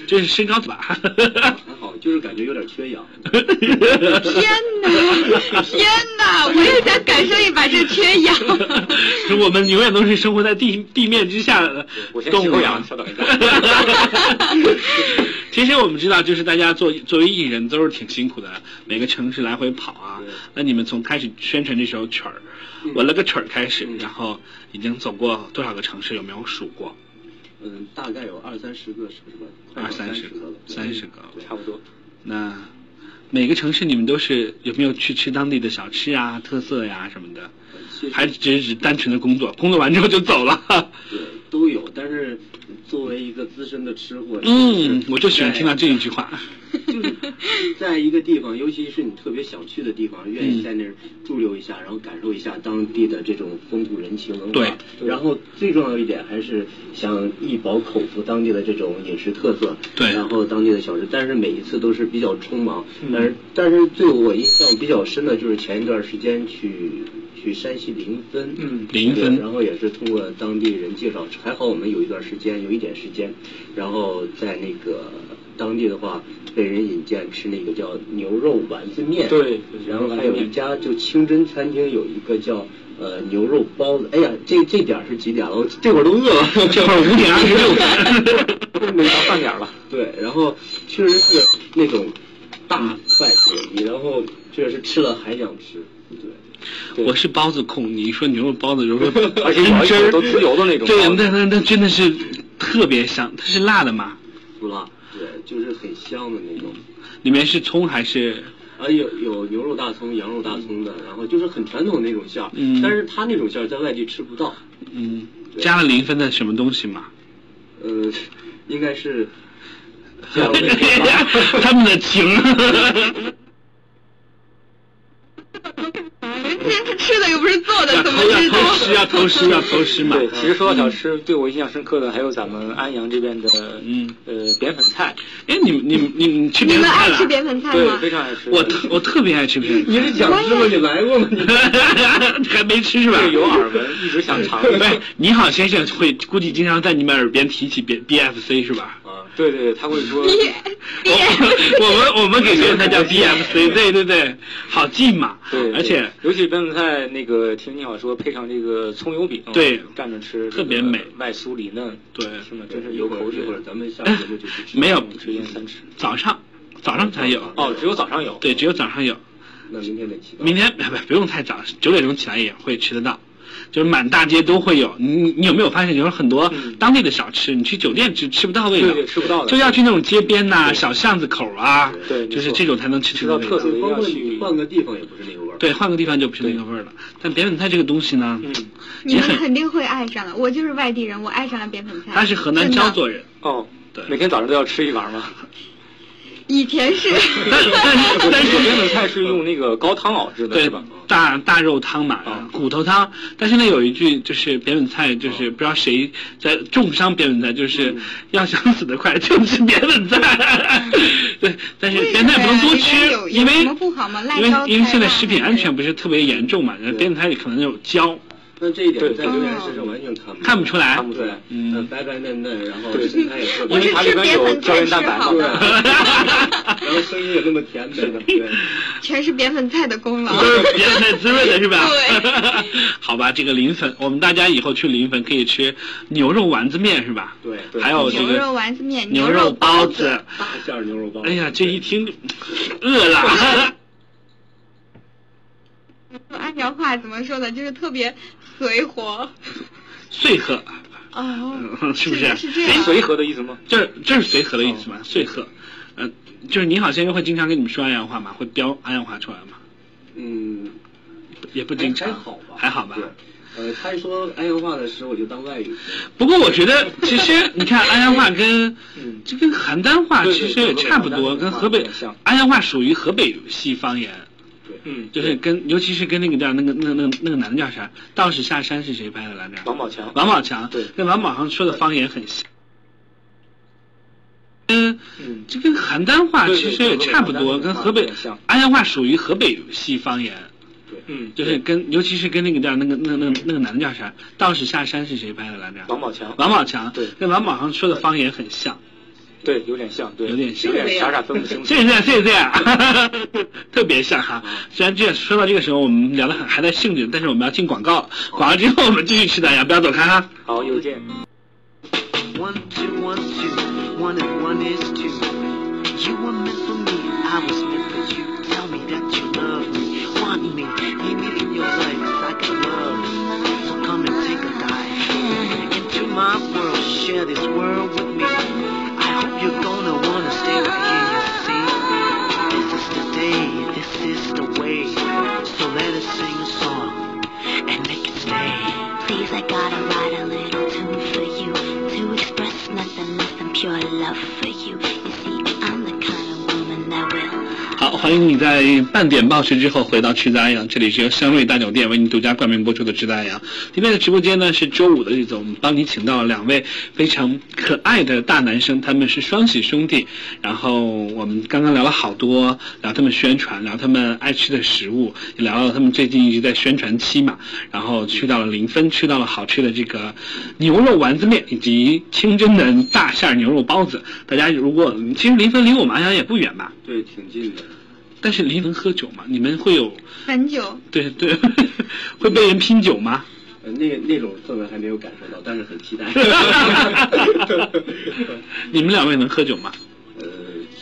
Speaker 2: 这是身高吧？
Speaker 4: 还好，就是感觉有点缺 氧。
Speaker 3: 天哪，天哪！我也想感受一把这缺氧。
Speaker 2: 我们永远都是生活在地地面之下的
Speaker 5: 我先
Speaker 2: 动
Speaker 5: 吸
Speaker 2: 物
Speaker 5: 口
Speaker 2: 啊
Speaker 5: 氧，稍等一下。
Speaker 2: 其实我们知道，就是大家做作为艺人都是挺辛苦的，每个城市来回跑啊。那你们从开始宣传这首曲儿，
Speaker 5: 嗯
Speaker 2: 我了个曲儿开始，然后已经走过多少个城市？有没有数过？
Speaker 4: 嗯，大概有二三十个，是不是吧？快
Speaker 2: 二
Speaker 4: 有
Speaker 2: 三
Speaker 4: 三
Speaker 2: 十
Speaker 4: 个
Speaker 2: 个
Speaker 4: 了，，嗯
Speaker 2: 三十个。
Speaker 5: 差不多。
Speaker 2: 那每个城市你们都是有没有去吃当地的小吃啊、特色呀、什么的？
Speaker 4: 呃其实
Speaker 2: 还只是单纯的工作，工作完之后就走了。
Speaker 4: 对呃都有。但是作为一个资深的吃货，
Speaker 2: 嗯
Speaker 4: 就，是
Speaker 2: 我就喜欢听到这一句 话。
Speaker 4: 就是在一个地方，尤其是你特别想去的地
Speaker 2: 嗯
Speaker 4: 方，愿意在那儿驻留一下，然后感受一下当地的这种风土人情文化。
Speaker 2: 对
Speaker 4: 然后最重要一点还是想一饱口福当地的这种饮食特色，
Speaker 2: 对
Speaker 4: 然后当地的小吃。但是每一次都是
Speaker 2: 嗯
Speaker 4: 比较匆忙，但是但是对我印象比较深的就是前一段时间去去山西临汾，
Speaker 5: 嗯
Speaker 2: 临汾
Speaker 4: 对然后也是通过当地人介绍，还好我们有一段时间，有一点时间，然后在那个当地的话，被人引荐吃那个叫牛肉丸子面，
Speaker 5: 对
Speaker 4: 然后还有一家就清真餐厅有一个叫。呃，牛肉包子，哎呀，这这点儿是几点了？我这会儿都饿了，
Speaker 2: 这会儿5点26分
Speaker 5: 没到饭点儿了。
Speaker 4: 对，然后确实是那种大快朵颐，然后确实吃了还想吃，对。
Speaker 5: 对
Speaker 2: 我是包子控，你说牛肉包子，如果
Speaker 5: 而且
Speaker 2: 真
Speaker 5: 咬一口
Speaker 2: 汁儿
Speaker 5: 都滋油的那种
Speaker 2: 对
Speaker 5: 包，子
Speaker 2: 那那那真的是特别香，它是辣的嘛？
Speaker 4: 不辣，对，就是很香的那种。
Speaker 2: 里面是葱还是？
Speaker 4: 啊，有有牛肉大葱、羊肉大葱的，然后就是很传统的那种馅儿，
Speaker 2: 嗯
Speaker 4: 但是它那种馅儿在外地吃不到，
Speaker 2: 嗯，加了零分的什么东西嘛？
Speaker 4: 呃，应该是
Speaker 5: 啊
Speaker 4: 加了 味道吧。
Speaker 2: 他们的 情。
Speaker 3: 吃的又不是做的，
Speaker 2: 要
Speaker 3: 怎么
Speaker 2: 偷
Speaker 3: 知
Speaker 2: 要
Speaker 3: 道？
Speaker 2: 偷 师要偷师要偷师嘛？
Speaker 5: 对，其实说到小吃，对我印象深刻的还有咱们安阳这边的，
Speaker 2: 嗯
Speaker 5: 呃，扁粉菜，
Speaker 2: 哎，你你你你吃
Speaker 3: 你
Speaker 2: 扁
Speaker 3: 们
Speaker 2: 粉菜
Speaker 3: 爱吃
Speaker 2: 了？
Speaker 3: 扁粉菜
Speaker 5: 对，
Speaker 3: 吗？
Speaker 5: 非常爱吃。
Speaker 2: 我特我特别爱吃扁
Speaker 4: 你
Speaker 2: 粉
Speaker 4: 是讲师吗？你来过吗？ 你
Speaker 2: 菜，还没吃是吧？
Speaker 5: 对有耳闻，一直想尝。
Speaker 2: 不是，你好先生会估计经常在你们耳边提起 B B F C 是吧？
Speaker 4: 啊，
Speaker 5: 对对对，他会说，
Speaker 2: 我我们我们给学生才叫 B F C，对对对，好记嘛。
Speaker 5: 对，
Speaker 2: 而且
Speaker 5: 尤其扁粉菜那个，听你好说配上这个葱油饼，
Speaker 2: 对
Speaker 5: 蘸着吃
Speaker 2: 特别美
Speaker 5: 外酥里嫩，
Speaker 2: 对
Speaker 5: 听着真是流口水
Speaker 4: 一。会儿咱们下节目就去
Speaker 2: 啊
Speaker 4: 吃。
Speaker 2: 没有
Speaker 5: 吃一三吃。
Speaker 2: 早上早上才有
Speaker 5: 哦，只有早上有。
Speaker 2: 对，只有早上有。
Speaker 4: 那明天得起。
Speaker 2: 明天不 不用太早，九点钟起来也会吃得到，就是满大街都会有。你你有没有发现，有时候很多
Speaker 5: 嗯
Speaker 2: 当地的小吃，你去酒店吃吃不到味道，
Speaker 5: 对对吃不到的
Speaker 2: 就要去那种街边呐、小巷子口啊，
Speaker 5: 对
Speaker 2: 就是
Speaker 5: 没错
Speaker 2: 这种才能吃
Speaker 5: 吃
Speaker 2: 出
Speaker 5: 到
Speaker 2: 味
Speaker 5: 特
Speaker 2: 道
Speaker 5: 色。
Speaker 4: 包括你换个地方也不是那个味儿。
Speaker 2: 对，换个地方就不是那个味儿了。但扁粉菜这个东西呢，
Speaker 5: 嗯，
Speaker 3: 你
Speaker 2: 也
Speaker 3: 们
Speaker 2: 很，
Speaker 3: 肯定会爱上的。我就是外地人，我爱上了扁粉菜。
Speaker 2: 他是河南焦作
Speaker 3: 人，
Speaker 2: 人，
Speaker 5: 哦，
Speaker 2: 对
Speaker 5: 每天早上都要吃一碗吗？
Speaker 3: 以前是。
Speaker 2: 但 但是
Speaker 5: 我听
Speaker 2: 但
Speaker 5: 说扁粉
Speaker 2: 是。
Speaker 5: 菜是用那个高汤熬制的，
Speaker 2: 对
Speaker 5: 是吧？
Speaker 2: 大大肉汤嘛，
Speaker 5: 啊
Speaker 2: 骨头汤。但是呢，有一句就是扁粉菜，就是不知道谁在重伤扁粉菜，就是要想死得快就吃扁粉菜。对，但是
Speaker 3: 为什
Speaker 2: 扁
Speaker 3: 么
Speaker 2: 粉菜不
Speaker 3: 呀
Speaker 2: 能多
Speaker 3: 里面
Speaker 2: 吃
Speaker 3: 有，有
Speaker 2: 因为
Speaker 3: 什么不好吗辣
Speaker 2: 因
Speaker 3: 椒
Speaker 2: 为因为
Speaker 3: 菜
Speaker 2: 现在
Speaker 3: 辣
Speaker 2: 食品
Speaker 3: 椒
Speaker 2: 安全
Speaker 3: 菜
Speaker 2: 不是特别严重嘛，然后扁粉菜里可能有胶，
Speaker 4: 那这一点
Speaker 5: 对
Speaker 4: 在榴莲身上完全看不
Speaker 2: 看不出。来
Speaker 5: 看。不出
Speaker 4: 对
Speaker 5: 来。，
Speaker 2: 嗯
Speaker 4: 呃白白嫩嫩，然后
Speaker 5: 对
Speaker 4: 身材也特别
Speaker 5: 因
Speaker 3: 我
Speaker 5: 为
Speaker 3: 是
Speaker 5: 它里
Speaker 3: 吃
Speaker 5: 边
Speaker 3: 扁
Speaker 5: 有
Speaker 3: 粉
Speaker 5: 胶
Speaker 3: 菜
Speaker 5: 原
Speaker 3: 吃
Speaker 5: 蛋白
Speaker 3: 好
Speaker 5: 对
Speaker 3: 的，
Speaker 4: 然后声音也那么甜美的，对。
Speaker 3: 全是扁粉菜的功劳。
Speaker 2: 都是扁粉菜滋润的是吧？
Speaker 3: 对。
Speaker 2: 好吧，这个临汾，我们大家以后去临汾可以吃牛肉丸子面是吧？
Speaker 4: 对
Speaker 5: 对
Speaker 2: 还有这
Speaker 3: 牛
Speaker 2: 个
Speaker 3: 肉丸子面、
Speaker 2: 牛
Speaker 3: 肉
Speaker 2: 肉包
Speaker 3: 子
Speaker 2: 子。
Speaker 4: 大馅儿牛肉包。
Speaker 2: 哎
Speaker 5: 嗯
Speaker 2: 呀，这一听就饿了。
Speaker 3: 按照话怎么说的，就是特别随和。
Speaker 2: 穗禾，
Speaker 3: 哦，
Speaker 2: 嗯是不是
Speaker 3: 是这
Speaker 5: 哎
Speaker 3: 样。
Speaker 5: 随和的意思吗？
Speaker 2: 这这是随和的意思
Speaker 5: 哦
Speaker 2: 吗？穗禾，呃，就是你好先生会经常跟你们说安阳话吗？会标安阳话出来吗？
Speaker 4: 嗯，
Speaker 2: 也不经
Speaker 5: 哎
Speaker 2: 常，
Speaker 4: 还好吧，
Speaker 2: 还好吧
Speaker 4: 对。呃，他一说安阳话的时候，我就当外语听。
Speaker 2: 不过我觉得，其 实你看安阳话跟
Speaker 5: 嗯
Speaker 2: 这跟邯郸话
Speaker 5: 对对
Speaker 2: 其实也差不多，
Speaker 5: 有个
Speaker 2: 跟
Speaker 5: 邯郸话
Speaker 2: 河
Speaker 5: 有
Speaker 2: 北
Speaker 5: 点像
Speaker 2: 安阳话属于河北系方言，
Speaker 5: 嗯，
Speaker 2: 就是跟尤其是跟那个叫那个那个那个那个男的叫啥，《道士下山》是谁拍的来着？
Speaker 5: 王宝强。
Speaker 2: 王宝强，
Speaker 5: 对
Speaker 2: 跟王宝强说的方言很像。嗯，
Speaker 5: 嗯
Speaker 2: 这跟邯郸话其实也差不多，
Speaker 5: 对对
Speaker 2: 跟河北
Speaker 5: 跟河北话有点像
Speaker 2: 安阳话属于河北系方言，
Speaker 5: 嗯，
Speaker 2: 就是跟尤其是跟那个叫那个那个那个那个男的叫啥，《道士下山》是谁拍的来着？
Speaker 5: 王宝强
Speaker 2: 王宝强，
Speaker 5: 对
Speaker 2: 跟王宝强说的方言很像，
Speaker 5: 对，有点像，对，
Speaker 2: 有点像
Speaker 5: 有点傻傻分不清楚嗯
Speaker 2: 谢。谢谢谢谢谢， 特别像哈。虽然这说到这个时候，我们聊的还在兴致，但是我们要进广告了，广告之后我们继续吃大家不要走开哈。
Speaker 5: 好，邮件。
Speaker 7: One, two, one, two.
Speaker 2: 嗯
Speaker 7: One and one is two. You were meant for me, I was meant for you. Tell me that you love me, want me, need me in your life, 'cause I got love. So come and take a dive into my world, share this world with me. I hope you're gonna wanna stay right here, you see. This is the day, this is the way. So let us sing a song and make it stay.
Speaker 8: Please, I gotta write a little tune for you to express nothing less than pure love for you. You see, I'm the kind of woman that will.
Speaker 2: 好，好，欢迎你在半点报时之后回到吃杂粮，这里是由香瑞大酒店为您独家冠名播出的吃杂粮。今天的直播间呢是周五的日子，我们帮你请到了两位非常可爱的大男生，他们是双喜兄弟。然后我们刚刚聊了好多，聊他们宣传，聊他们爱吃的食物，也聊到他们最近一直在宣传期嘛，然后去到了临汾，吃到了好吃的这个牛肉丸子面以及清真的大馅儿牛肉包子。大家如果其实临汾离我们安阳也不远吧。
Speaker 4: 对，挺近的。
Speaker 2: 但是临汾喝酒嘛，你们会有
Speaker 3: 很久，
Speaker 2: 对对， 会被人拼酒吗？
Speaker 4: 呃，那那种氛围还没有感受到，但是很期待。
Speaker 2: 你们两位能喝酒吗？
Speaker 4: 呃，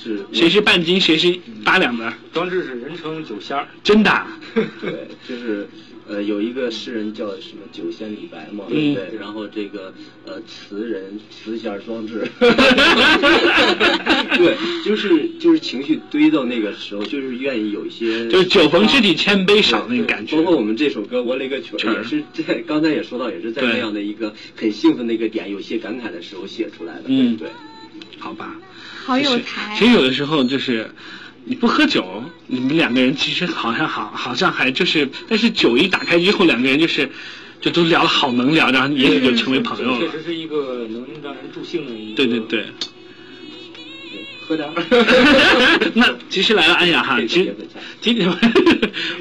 Speaker 4: 是我
Speaker 2: 谁是半斤，谁是八两的？
Speaker 5: 装置是人称酒仙儿，
Speaker 2: 真的啊？
Speaker 4: 对，就是呃，有一个诗人叫什么酒仙李白嘛，
Speaker 2: 嗯
Speaker 4: 对，然后这个呃词人词仙 装置，对，就是就是情绪堆到那个时候，就是愿意有一些，
Speaker 2: 就是酒逢知己千杯少那个感觉
Speaker 4: 包括我们这首歌《我勒个曲
Speaker 2: 曲儿
Speaker 4: 儿》，也是在刚才也说到，也是在
Speaker 2: 对
Speaker 4: 那样的一个很兴奋的一个点，有些感慨的时候写出来的，
Speaker 2: 嗯
Speaker 4: 对。
Speaker 2: 好吧，
Speaker 3: 好有才啊
Speaker 2: 其实有的时候就是。你不喝酒，你们两个人其实好像好，好像还就是，但是酒一打开之后，两个人就是，就都聊得好能聊，然后也许就成为朋友
Speaker 5: 这
Speaker 2: 了
Speaker 5: 确。实是一个能让人助兴的一
Speaker 2: 对
Speaker 5: 个。
Speaker 2: 对对。
Speaker 4: 喝点儿
Speaker 2: 那其实来了安雅哈，
Speaker 4: 这个
Speaker 2: 其
Speaker 4: 别
Speaker 2: 实
Speaker 4: 粉菜
Speaker 2: 今天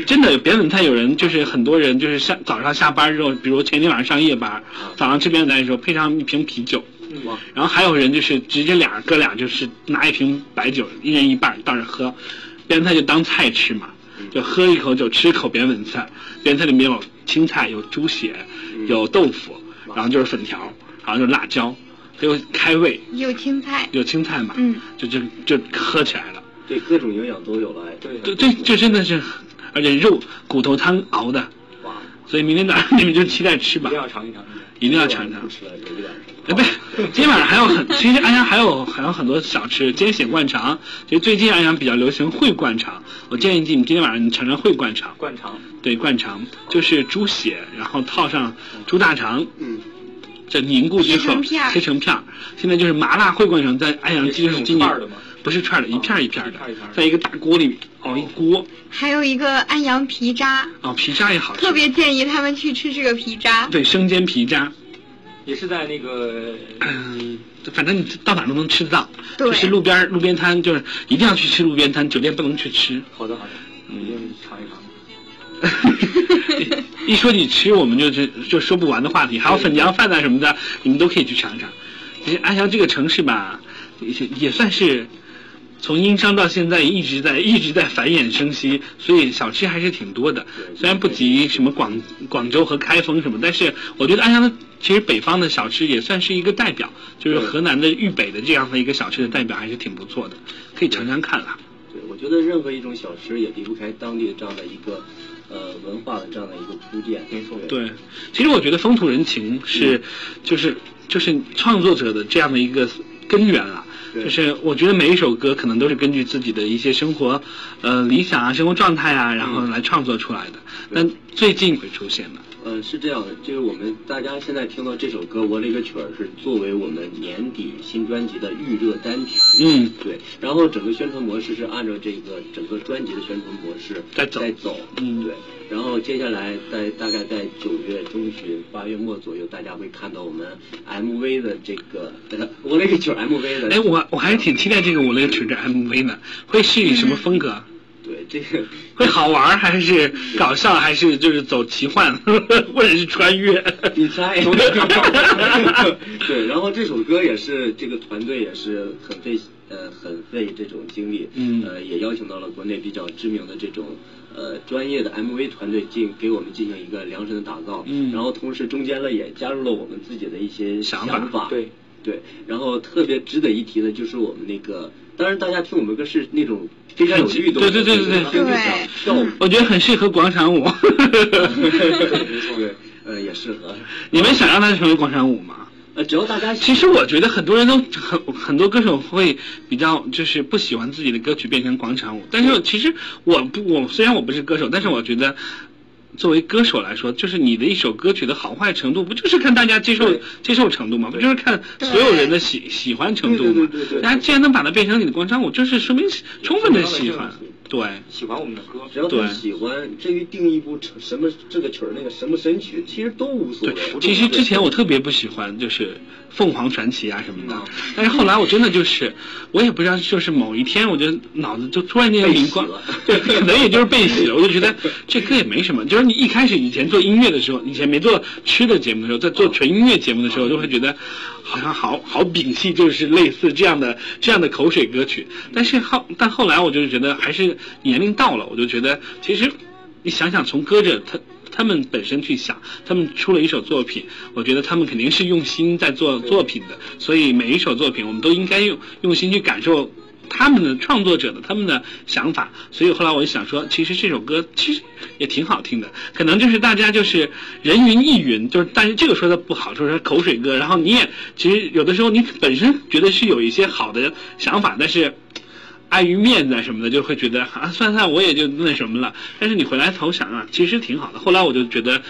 Speaker 2: 真的扁粉菜有人就是很多人就是下早上下班之后，比如前天晚上上夜班，早上吃扁粉菜的时候配上一瓶啤酒，
Speaker 4: 哇
Speaker 2: 然后还有人就是直接俩哥俩就是拿一瓶白酒，一人一半儿倒着喝，扁粉菜就当菜吃嘛，就喝一口酒，吃一口扁粉菜，扁粉菜里面有青菜，有猪血，有豆腐，然后就是粉条，然后就是辣椒，还有开胃，
Speaker 3: 有青菜，
Speaker 2: 有青菜嘛，
Speaker 3: 嗯
Speaker 2: 就就就喝起来了。
Speaker 4: 对各种营养都有了，哎
Speaker 5: 对
Speaker 2: 对，这这真的是，而且肉骨头汤熬的，
Speaker 4: 哇，
Speaker 2: 所以明天早上你们就期待吃
Speaker 5: 一
Speaker 2: 吧
Speaker 5: 定，要尝一尝。
Speaker 2: 一定要尝尝
Speaker 4: 不。吃了，有点儿
Speaker 2: 哎，不是，今晚上还有很，其实安阳还有还有很多小吃，今天写灌肠，其实最近安阳比较流行烩灌肠，我建议你们今天晚上你尝尝烩灌肠，
Speaker 5: 灌肠，
Speaker 2: 对，灌肠就是猪血，然后套上猪大肠，
Speaker 4: 嗯，
Speaker 2: 这凝固之
Speaker 3: 切
Speaker 2: 后
Speaker 3: 成片儿
Speaker 2: 切成片儿，现在就是麻辣烩灌肠，在安阳就是今年
Speaker 5: 是那种串儿的吗啊
Speaker 2: 不是串儿的，一片儿一片儿的
Speaker 5: 一片儿一片儿，的
Speaker 2: 在一个大锅里哦熬一锅，
Speaker 3: 还有一个安阳皮渣，
Speaker 2: 啊，皮渣也好吃，
Speaker 3: 特别建议他们去吃这个皮渣。
Speaker 2: 对生煎皮渣，
Speaker 5: 也是在 那个
Speaker 2: 嗯，反正你到哪都能吃得到，
Speaker 3: 对
Speaker 2: 就是路边儿路边摊，就是一定要去吃路边摊，酒店不能去吃。
Speaker 5: 好的好的，
Speaker 2: 嗯
Speaker 5: 一定尝一尝。
Speaker 2: 一一说起吃，我们就就就说不完的话题，还有粉浆饭啊什么的，你们都可以去尝尝。其实安阳这个城市吧，也也算是从殷商到现在一直在一直在繁衍生息，所以小吃还是挺多的。虽然不及什么广广州和开封什么，但是我觉得安阳的其实北方的小吃也算是一个代表，就是河南的豫北的这样的一个小吃的代表，还是挺不错的，可以尝尝看啦。
Speaker 4: 对，我觉得任何一种小吃也离不开当地的这样的一个呃文化的这样的一个铺垫。没错，
Speaker 2: 对，其实我觉得风土人情是，就是就是创作者的这样的一个根源啊。
Speaker 4: 对
Speaker 2: 就是我觉得每一首歌可能都是根据自己的一些生活，呃理想啊、生活状态啊，然后来创作出来的。但最近会出现的，
Speaker 4: 呃，是这样的，就是我们大家现在听到这首歌《我勒个曲儿》是作为我们年底新专辑的预热单曲。
Speaker 2: 嗯，
Speaker 4: 对，然后整个宣传模式是按照这个整个专辑的宣传模式
Speaker 2: 在走
Speaker 4: 在走，
Speaker 2: 嗯
Speaker 4: 对。然后接下来在大概在九月中旬、八月末左右，大家会看到我们 MV 的这个，呃我勒个曲儿 MV 的。
Speaker 2: 哎，我我还是挺期待这个我那个曲的 MV 呢，会是以什么风格？
Speaker 4: 对这个
Speaker 2: 会好玩儿还是搞笑，还是就是走奇幻， 或者是穿越？
Speaker 4: 你猜 对，然后这首歌也是这个团队也是很费呃很费这种精力，
Speaker 2: 嗯
Speaker 4: 呃也邀请到了国内比较知名的这种呃专业的 MV 团队进给我们进行一个量身的打造，
Speaker 2: 嗯
Speaker 4: 然后同时中间呢也加入了我们自己的一些
Speaker 2: 想法
Speaker 4: 法，
Speaker 5: 对。
Speaker 4: 对，然后特别值得一提的就是我们那个，当然大家听我们歌是那种非常有律动的，
Speaker 2: 对对对对对
Speaker 4: 就是想跳舞，
Speaker 2: 我觉得很适合广场 舞。
Speaker 4: 对，呃也适合，
Speaker 2: 你们想让它成为广场舞吗？
Speaker 4: 呃只要大家
Speaker 2: 其实我觉得很多人都很很多歌手会比较就是不喜欢自己的歌曲变成广场舞，但是其实我不我虽然我不是歌手，但是我觉得。作为歌手来说，就是你的一首歌曲的好坏程度，不就是看大家接受
Speaker 4: 对
Speaker 2: 接受程度吗？不就是看所有人的喜喜欢程度吗
Speaker 4: 对对对对？对
Speaker 2: 大家既然能把它变成你的广场舞，就是说明充分的喜欢，对，
Speaker 5: 喜欢我们的歌，
Speaker 4: 只要
Speaker 2: 对
Speaker 4: 他喜欢，至于定义一部成什么这个曲儿那个什么神曲，其实都无所
Speaker 2: 对
Speaker 4: 谓。，
Speaker 2: 其实之前我特别不喜欢就是凤凰传奇啊什么的，但是后来我真的就是，我也不知道，就是某一天我就脑子就突然间灵光
Speaker 4: 被洗了，
Speaker 2: 对，可能也就是被洗了，我就觉得这歌也没什么。就是你一开始以前做音乐的时候，以前没做吃的节目的时候，在做纯音乐节目的时候，就会觉得好像好好摒弃，就是类似这样的这样的口水歌曲。但是后但后来我就觉得还是年龄到了，我就觉得其实你想想，从歌者他他们本身去想，他们出了一首作品，我觉得他们肯定是用心在做作品的，所以每一首作品我们都应该用用心去感受。他们的创作者的他们的想法，所以后来我就想说，其实这首歌其实也挺好听的，可能就是大家就是人云亦云，就是但是这个说的不好，说是口水歌，然后你也其实有的时候你本身觉得是有一些好的想法，但是碍于面子啊什么的，就会觉得啊，算算我也就那什么了。但是你回来头想啊，其实挺好的。后来我就觉得，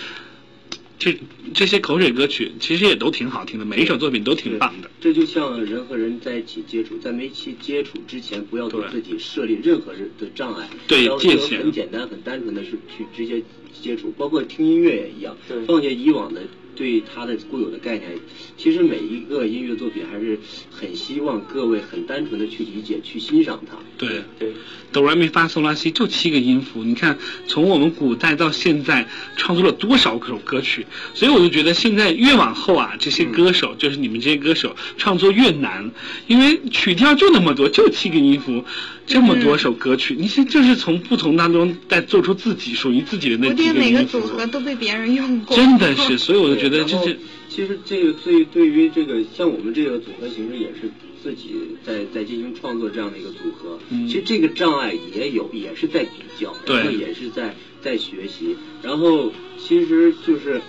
Speaker 2: 这这些口水歌曲其实也都挺好听的，每一首作品都挺棒的。
Speaker 4: 这就像人和人在一起接触，在没去接触之前，不要给
Speaker 2: 对
Speaker 4: 自己设立任何人的障碍，
Speaker 2: 对
Speaker 4: 要
Speaker 2: 界
Speaker 4: 就
Speaker 2: 限
Speaker 4: 很简单、很单纯的是去直接接触，包括听音乐也一样
Speaker 5: 对，
Speaker 4: 放下以往的对它的固有的概念。其实每一个音乐作品还是很希望各位很单纯的去理解、去欣赏它。
Speaker 2: 对，
Speaker 5: 对，
Speaker 2: 哆来咪发嗦拉西就七个音符，你看从我们古代到现在创作了多少首歌曲，所以我就觉得现在越往后啊，这
Speaker 3: 嗯
Speaker 2: 些歌手、就是你们这些歌手创作越难，因为曲调就那么多，就七个音符，这么
Speaker 3: 嗯
Speaker 2: 多首歌曲，你现在就是从不同当中再做出自己属于自己的那
Speaker 3: 我觉
Speaker 2: 几
Speaker 3: 得每
Speaker 2: 音符，
Speaker 3: 个组合都被别人用过，
Speaker 2: 真的是，所以我就觉得
Speaker 4: 对
Speaker 2: 这
Speaker 4: 然后
Speaker 2: 是
Speaker 4: 其实这个对对于这个像我们这个组合形式也是自己在在进行创作这样的一个组合，
Speaker 2: 嗯
Speaker 4: 其实这个障碍也有，也是在比较，
Speaker 2: 对
Speaker 4: 然后也是在在学习，然后其实就是。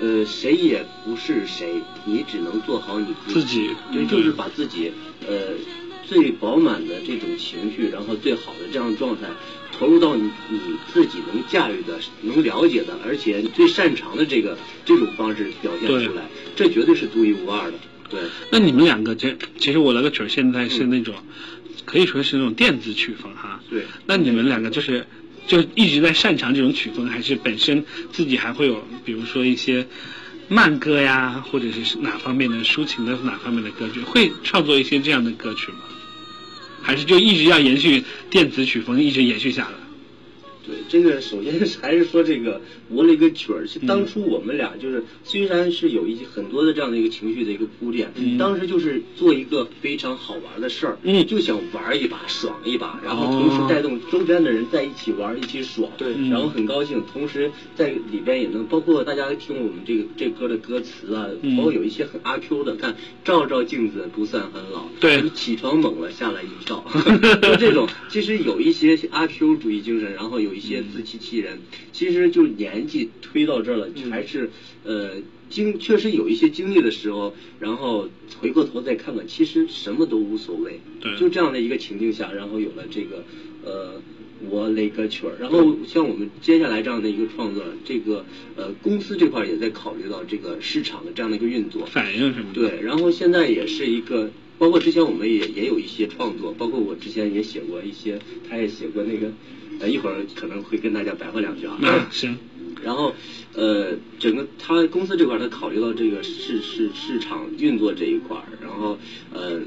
Speaker 4: 呃，谁也不是谁，你只能做好你
Speaker 2: 自己
Speaker 4: 对，
Speaker 2: 嗯
Speaker 4: 就是把自己呃最饱满的这种情绪，然后最好的这样的状态，投入到你你自己能驾驭的、能了解的，而且最擅长的这个这种方式表现
Speaker 2: 对
Speaker 4: 出来，这绝对是独一无二的。对，
Speaker 2: 那你们两个这其实我那个曲儿现在是那种、可以说是那种电子曲风哈，
Speaker 4: 嗯对
Speaker 2: 那你们两个就是就一直在擅长这种曲风，还是本身自己还会有，比如说一些慢歌呀，或者是哪方面的抒情的哪方面的歌曲，会创作一些这样的歌曲吗？还是就一直要延续电子曲风，一直延续下来？
Speaker 4: 对，这个首先是还是说这个磨了一个曲儿。是
Speaker 2: 嗯
Speaker 4: 当初我们俩就是虽然是有一些很多的这样的一个情绪的一个铺垫，
Speaker 2: 嗯
Speaker 4: 当时就是做一个非常好玩的事儿，
Speaker 2: 嗯
Speaker 4: 就想玩一把爽一把，然后同
Speaker 2: 哦
Speaker 4: 时带动周边的人在一起玩一起爽，
Speaker 5: 对
Speaker 2: 嗯
Speaker 4: 然后很高兴，同时在里边也能包括大家听我们这个这歌的歌词啊，
Speaker 2: 嗯
Speaker 4: 包括有一些很阿 Q 的，看照照镜子不算很老，
Speaker 2: 对
Speaker 4: 起床猛了下来一跳， 就这种。其实有一些阿 Q 主义精神，然后有一些自欺欺人，其实就年纪推到这儿了，还是呃经确实有一些经历的时候，然后回过头再看看，其实什么都无所谓。
Speaker 2: 对
Speaker 4: 就这样的一个情境下，然后有了这个呃。我垒个曲儿，然后像我们接下来这样的一个创作，这个呃公司这块儿也在考虑到这个市场的这样的一个运作，
Speaker 2: 反应什么的？
Speaker 4: 对，然后现在也是一个，包括之前我们也也有一些创作，包括我之前也写过一些，他也写过那个，呃，一会儿可能会跟大家白话两句啊。
Speaker 2: 那行，
Speaker 4: 然后，呃，整个他公司这块儿，他考虑到这个市市市场运作这一块儿，然后呃，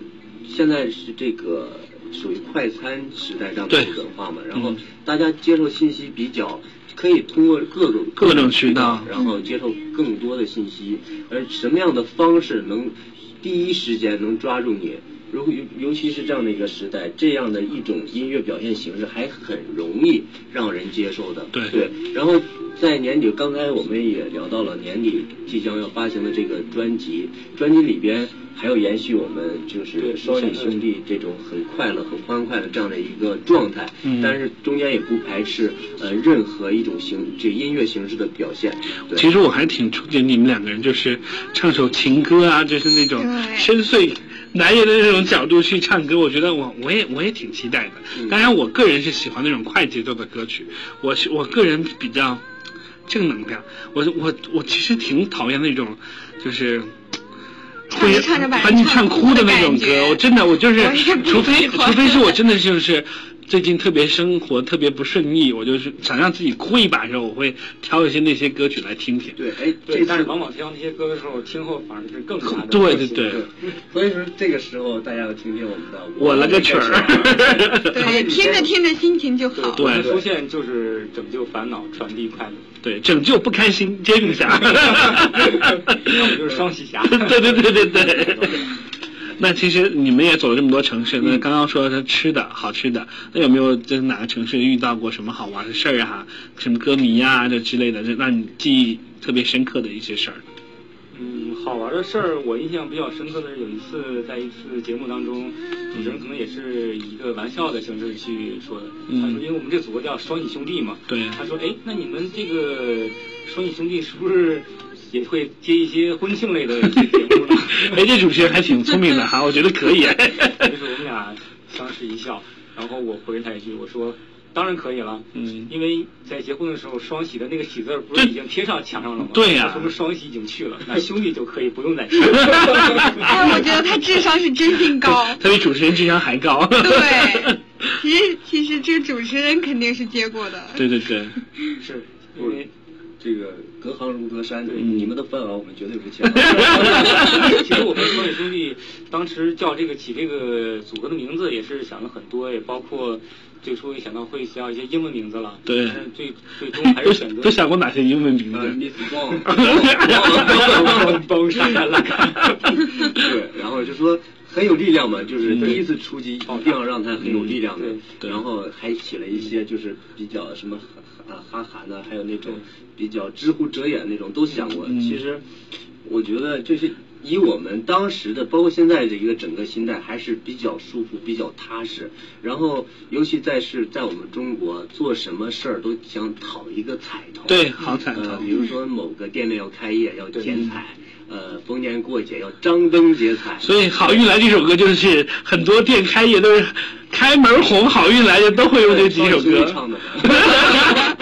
Speaker 4: 现在是这个属于快餐时代这样的
Speaker 2: 对
Speaker 4: 一个文化嘛，然后
Speaker 2: 嗯
Speaker 4: 大家接受信息比较。可以通过各种
Speaker 2: 各种渠道
Speaker 4: 然后接受更多的信息，而什么样的方式能第一时间能抓住你？如果尤尤其是这样的一个时代，这样的一种音乐表现形式还很容易让人接受的。
Speaker 2: 对
Speaker 4: 然后在年底，刚才我们也聊到了年底即将要发行的这个专辑，专辑里边还有延续我们就是双语兄弟这种很快乐、很欢快的这样的一个状态，
Speaker 2: 嗯
Speaker 4: 但是中间也不排斥呃任何一种形这音乐形式的表现。对
Speaker 2: 其实我还挺憧憬你们两个人，就是唱首情歌啊，就是那种
Speaker 3: 对
Speaker 2: 深邃男人的那种角度去唱歌，我觉得我我也我也挺期待的。
Speaker 4: 嗯
Speaker 2: 当然，我个人是喜欢那种快节奏的歌曲，我是我个人比较正能量。我我我其实挺讨厌那种就是。
Speaker 3: 唱着唱着把人
Speaker 2: 把你
Speaker 3: 唱
Speaker 2: 哭
Speaker 3: 哭的
Speaker 2: 那
Speaker 3: 感
Speaker 2: 种歌
Speaker 3: 觉，
Speaker 2: 我真的我就是
Speaker 3: 我也，不
Speaker 2: 除非
Speaker 3: 喜欢
Speaker 2: 除非是我真的就是最近特别生活特别不顺意，我就是想让自己哭一把的时候，我会挑一些那些歌曲来听听。
Speaker 4: 对，哎，
Speaker 5: 对，
Speaker 4: 这大
Speaker 5: 但是往往听到那些歌的时候，听后反而是更加的
Speaker 2: 对对对，
Speaker 4: 所以说这个时候大家要听听我们的
Speaker 2: 我了个曲儿
Speaker 3: 对，听着听着心情就好。
Speaker 2: 对
Speaker 5: 出现就是拯救烦恼，传递快乐。
Speaker 2: 对，拯救不开心，接住侠，
Speaker 5: 要不就是双喜侠
Speaker 2: 对对对对对。那其实你们也走了这么多城
Speaker 5: 嗯
Speaker 2: 市，那刚刚说的是吃的好吃的，那有没有就是哪个城市遇到过什么好玩的事儿啊？什么歌迷啊这之类的，这让你记忆特别深刻的一些事儿？
Speaker 5: 嗯，好玩的事儿，我印象比较深刻的是有一次在一次节目当中，主持人可能也是以一个玩笑的形式去说的。
Speaker 2: 嗯
Speaker 5: 他说，因为我们这组合叫双喜兄弟嘛。
Speaker 2: 对？
Speaker 5: 他说，哎，那你们这个双喜兄弟是不是也会接一些婚庆类的节目呢
Speaker 2: 哎，这主持人还挺聪明的哈，我觉得可以。
Speaker 5: 就是我们俩相视一笑，然后我回他一句，我说。当然可以了，
Speaker 2: 嗯
Speaker 5: 因为在结婚的时候，双喜的那个喜字儿不是已经贴上墙上了吗？
Speaker 2: 对呀
Speaker 5: 他说双喜已经去了，那兄弟就可以不用 再贴。
Speaker 3: 哎，我觉得他智商是真心高。
Speaker 2: 他比主持人智商还高。
Speaker 3: 对，其实其实这个主持人肯定是接过的。
Speaker 2: 对对对，
Speaker 5: 是，因 为
Speaker 4: 这个隔行如隔山，
Speaker 5: 对
Speaker 2: 嗯
Speaker 4: 你们的饭碗我们绝对 不欠。
Speaker 5: 其实我们双喜兄弟当时叫这个起这个组合的名字也是想了很多，也包括最初也想到会想要一些英文名字了，
Speaker 2: 对
Speaker 5: 但是最最终还是选择
Speaker 2: 都想过哪些英文名
Speaker 4: 呃
Speaker 2: 字？
Speaker 4: ，Miss Bong，
Speaker 5: 蹦蹦 上来了。
Speaker 4: 对，然后就说很有力量嘛，就是第一次出击，一定要让他很有力量的
Speaker 5: 嗯。
Speaker 2: 嗯哦对
Speaker 4: 然后还起了一些就是比较什么哈啊哈韩呐，还有那种比较知乎者也那种都想过。
Speaker 2: 嗯
Speaker 4: 其实我觉得就是以我们当时的，包括现在的一个整个心态，还是比较舒服、比较踏实。然后尤其在是在我们中国，做什么事儿都想讨一个彩头。
Speaker 2: 对好彩头
Speaker 4: 呃比如说某个店面要开业，要剪彩。呃，逢年过节要张灯结彩，
Speaker 2: 所以《好运来》这首歌就是很多店开业都是开门红，好运来的都会用这几首歌
Speaker 4: 对双 喜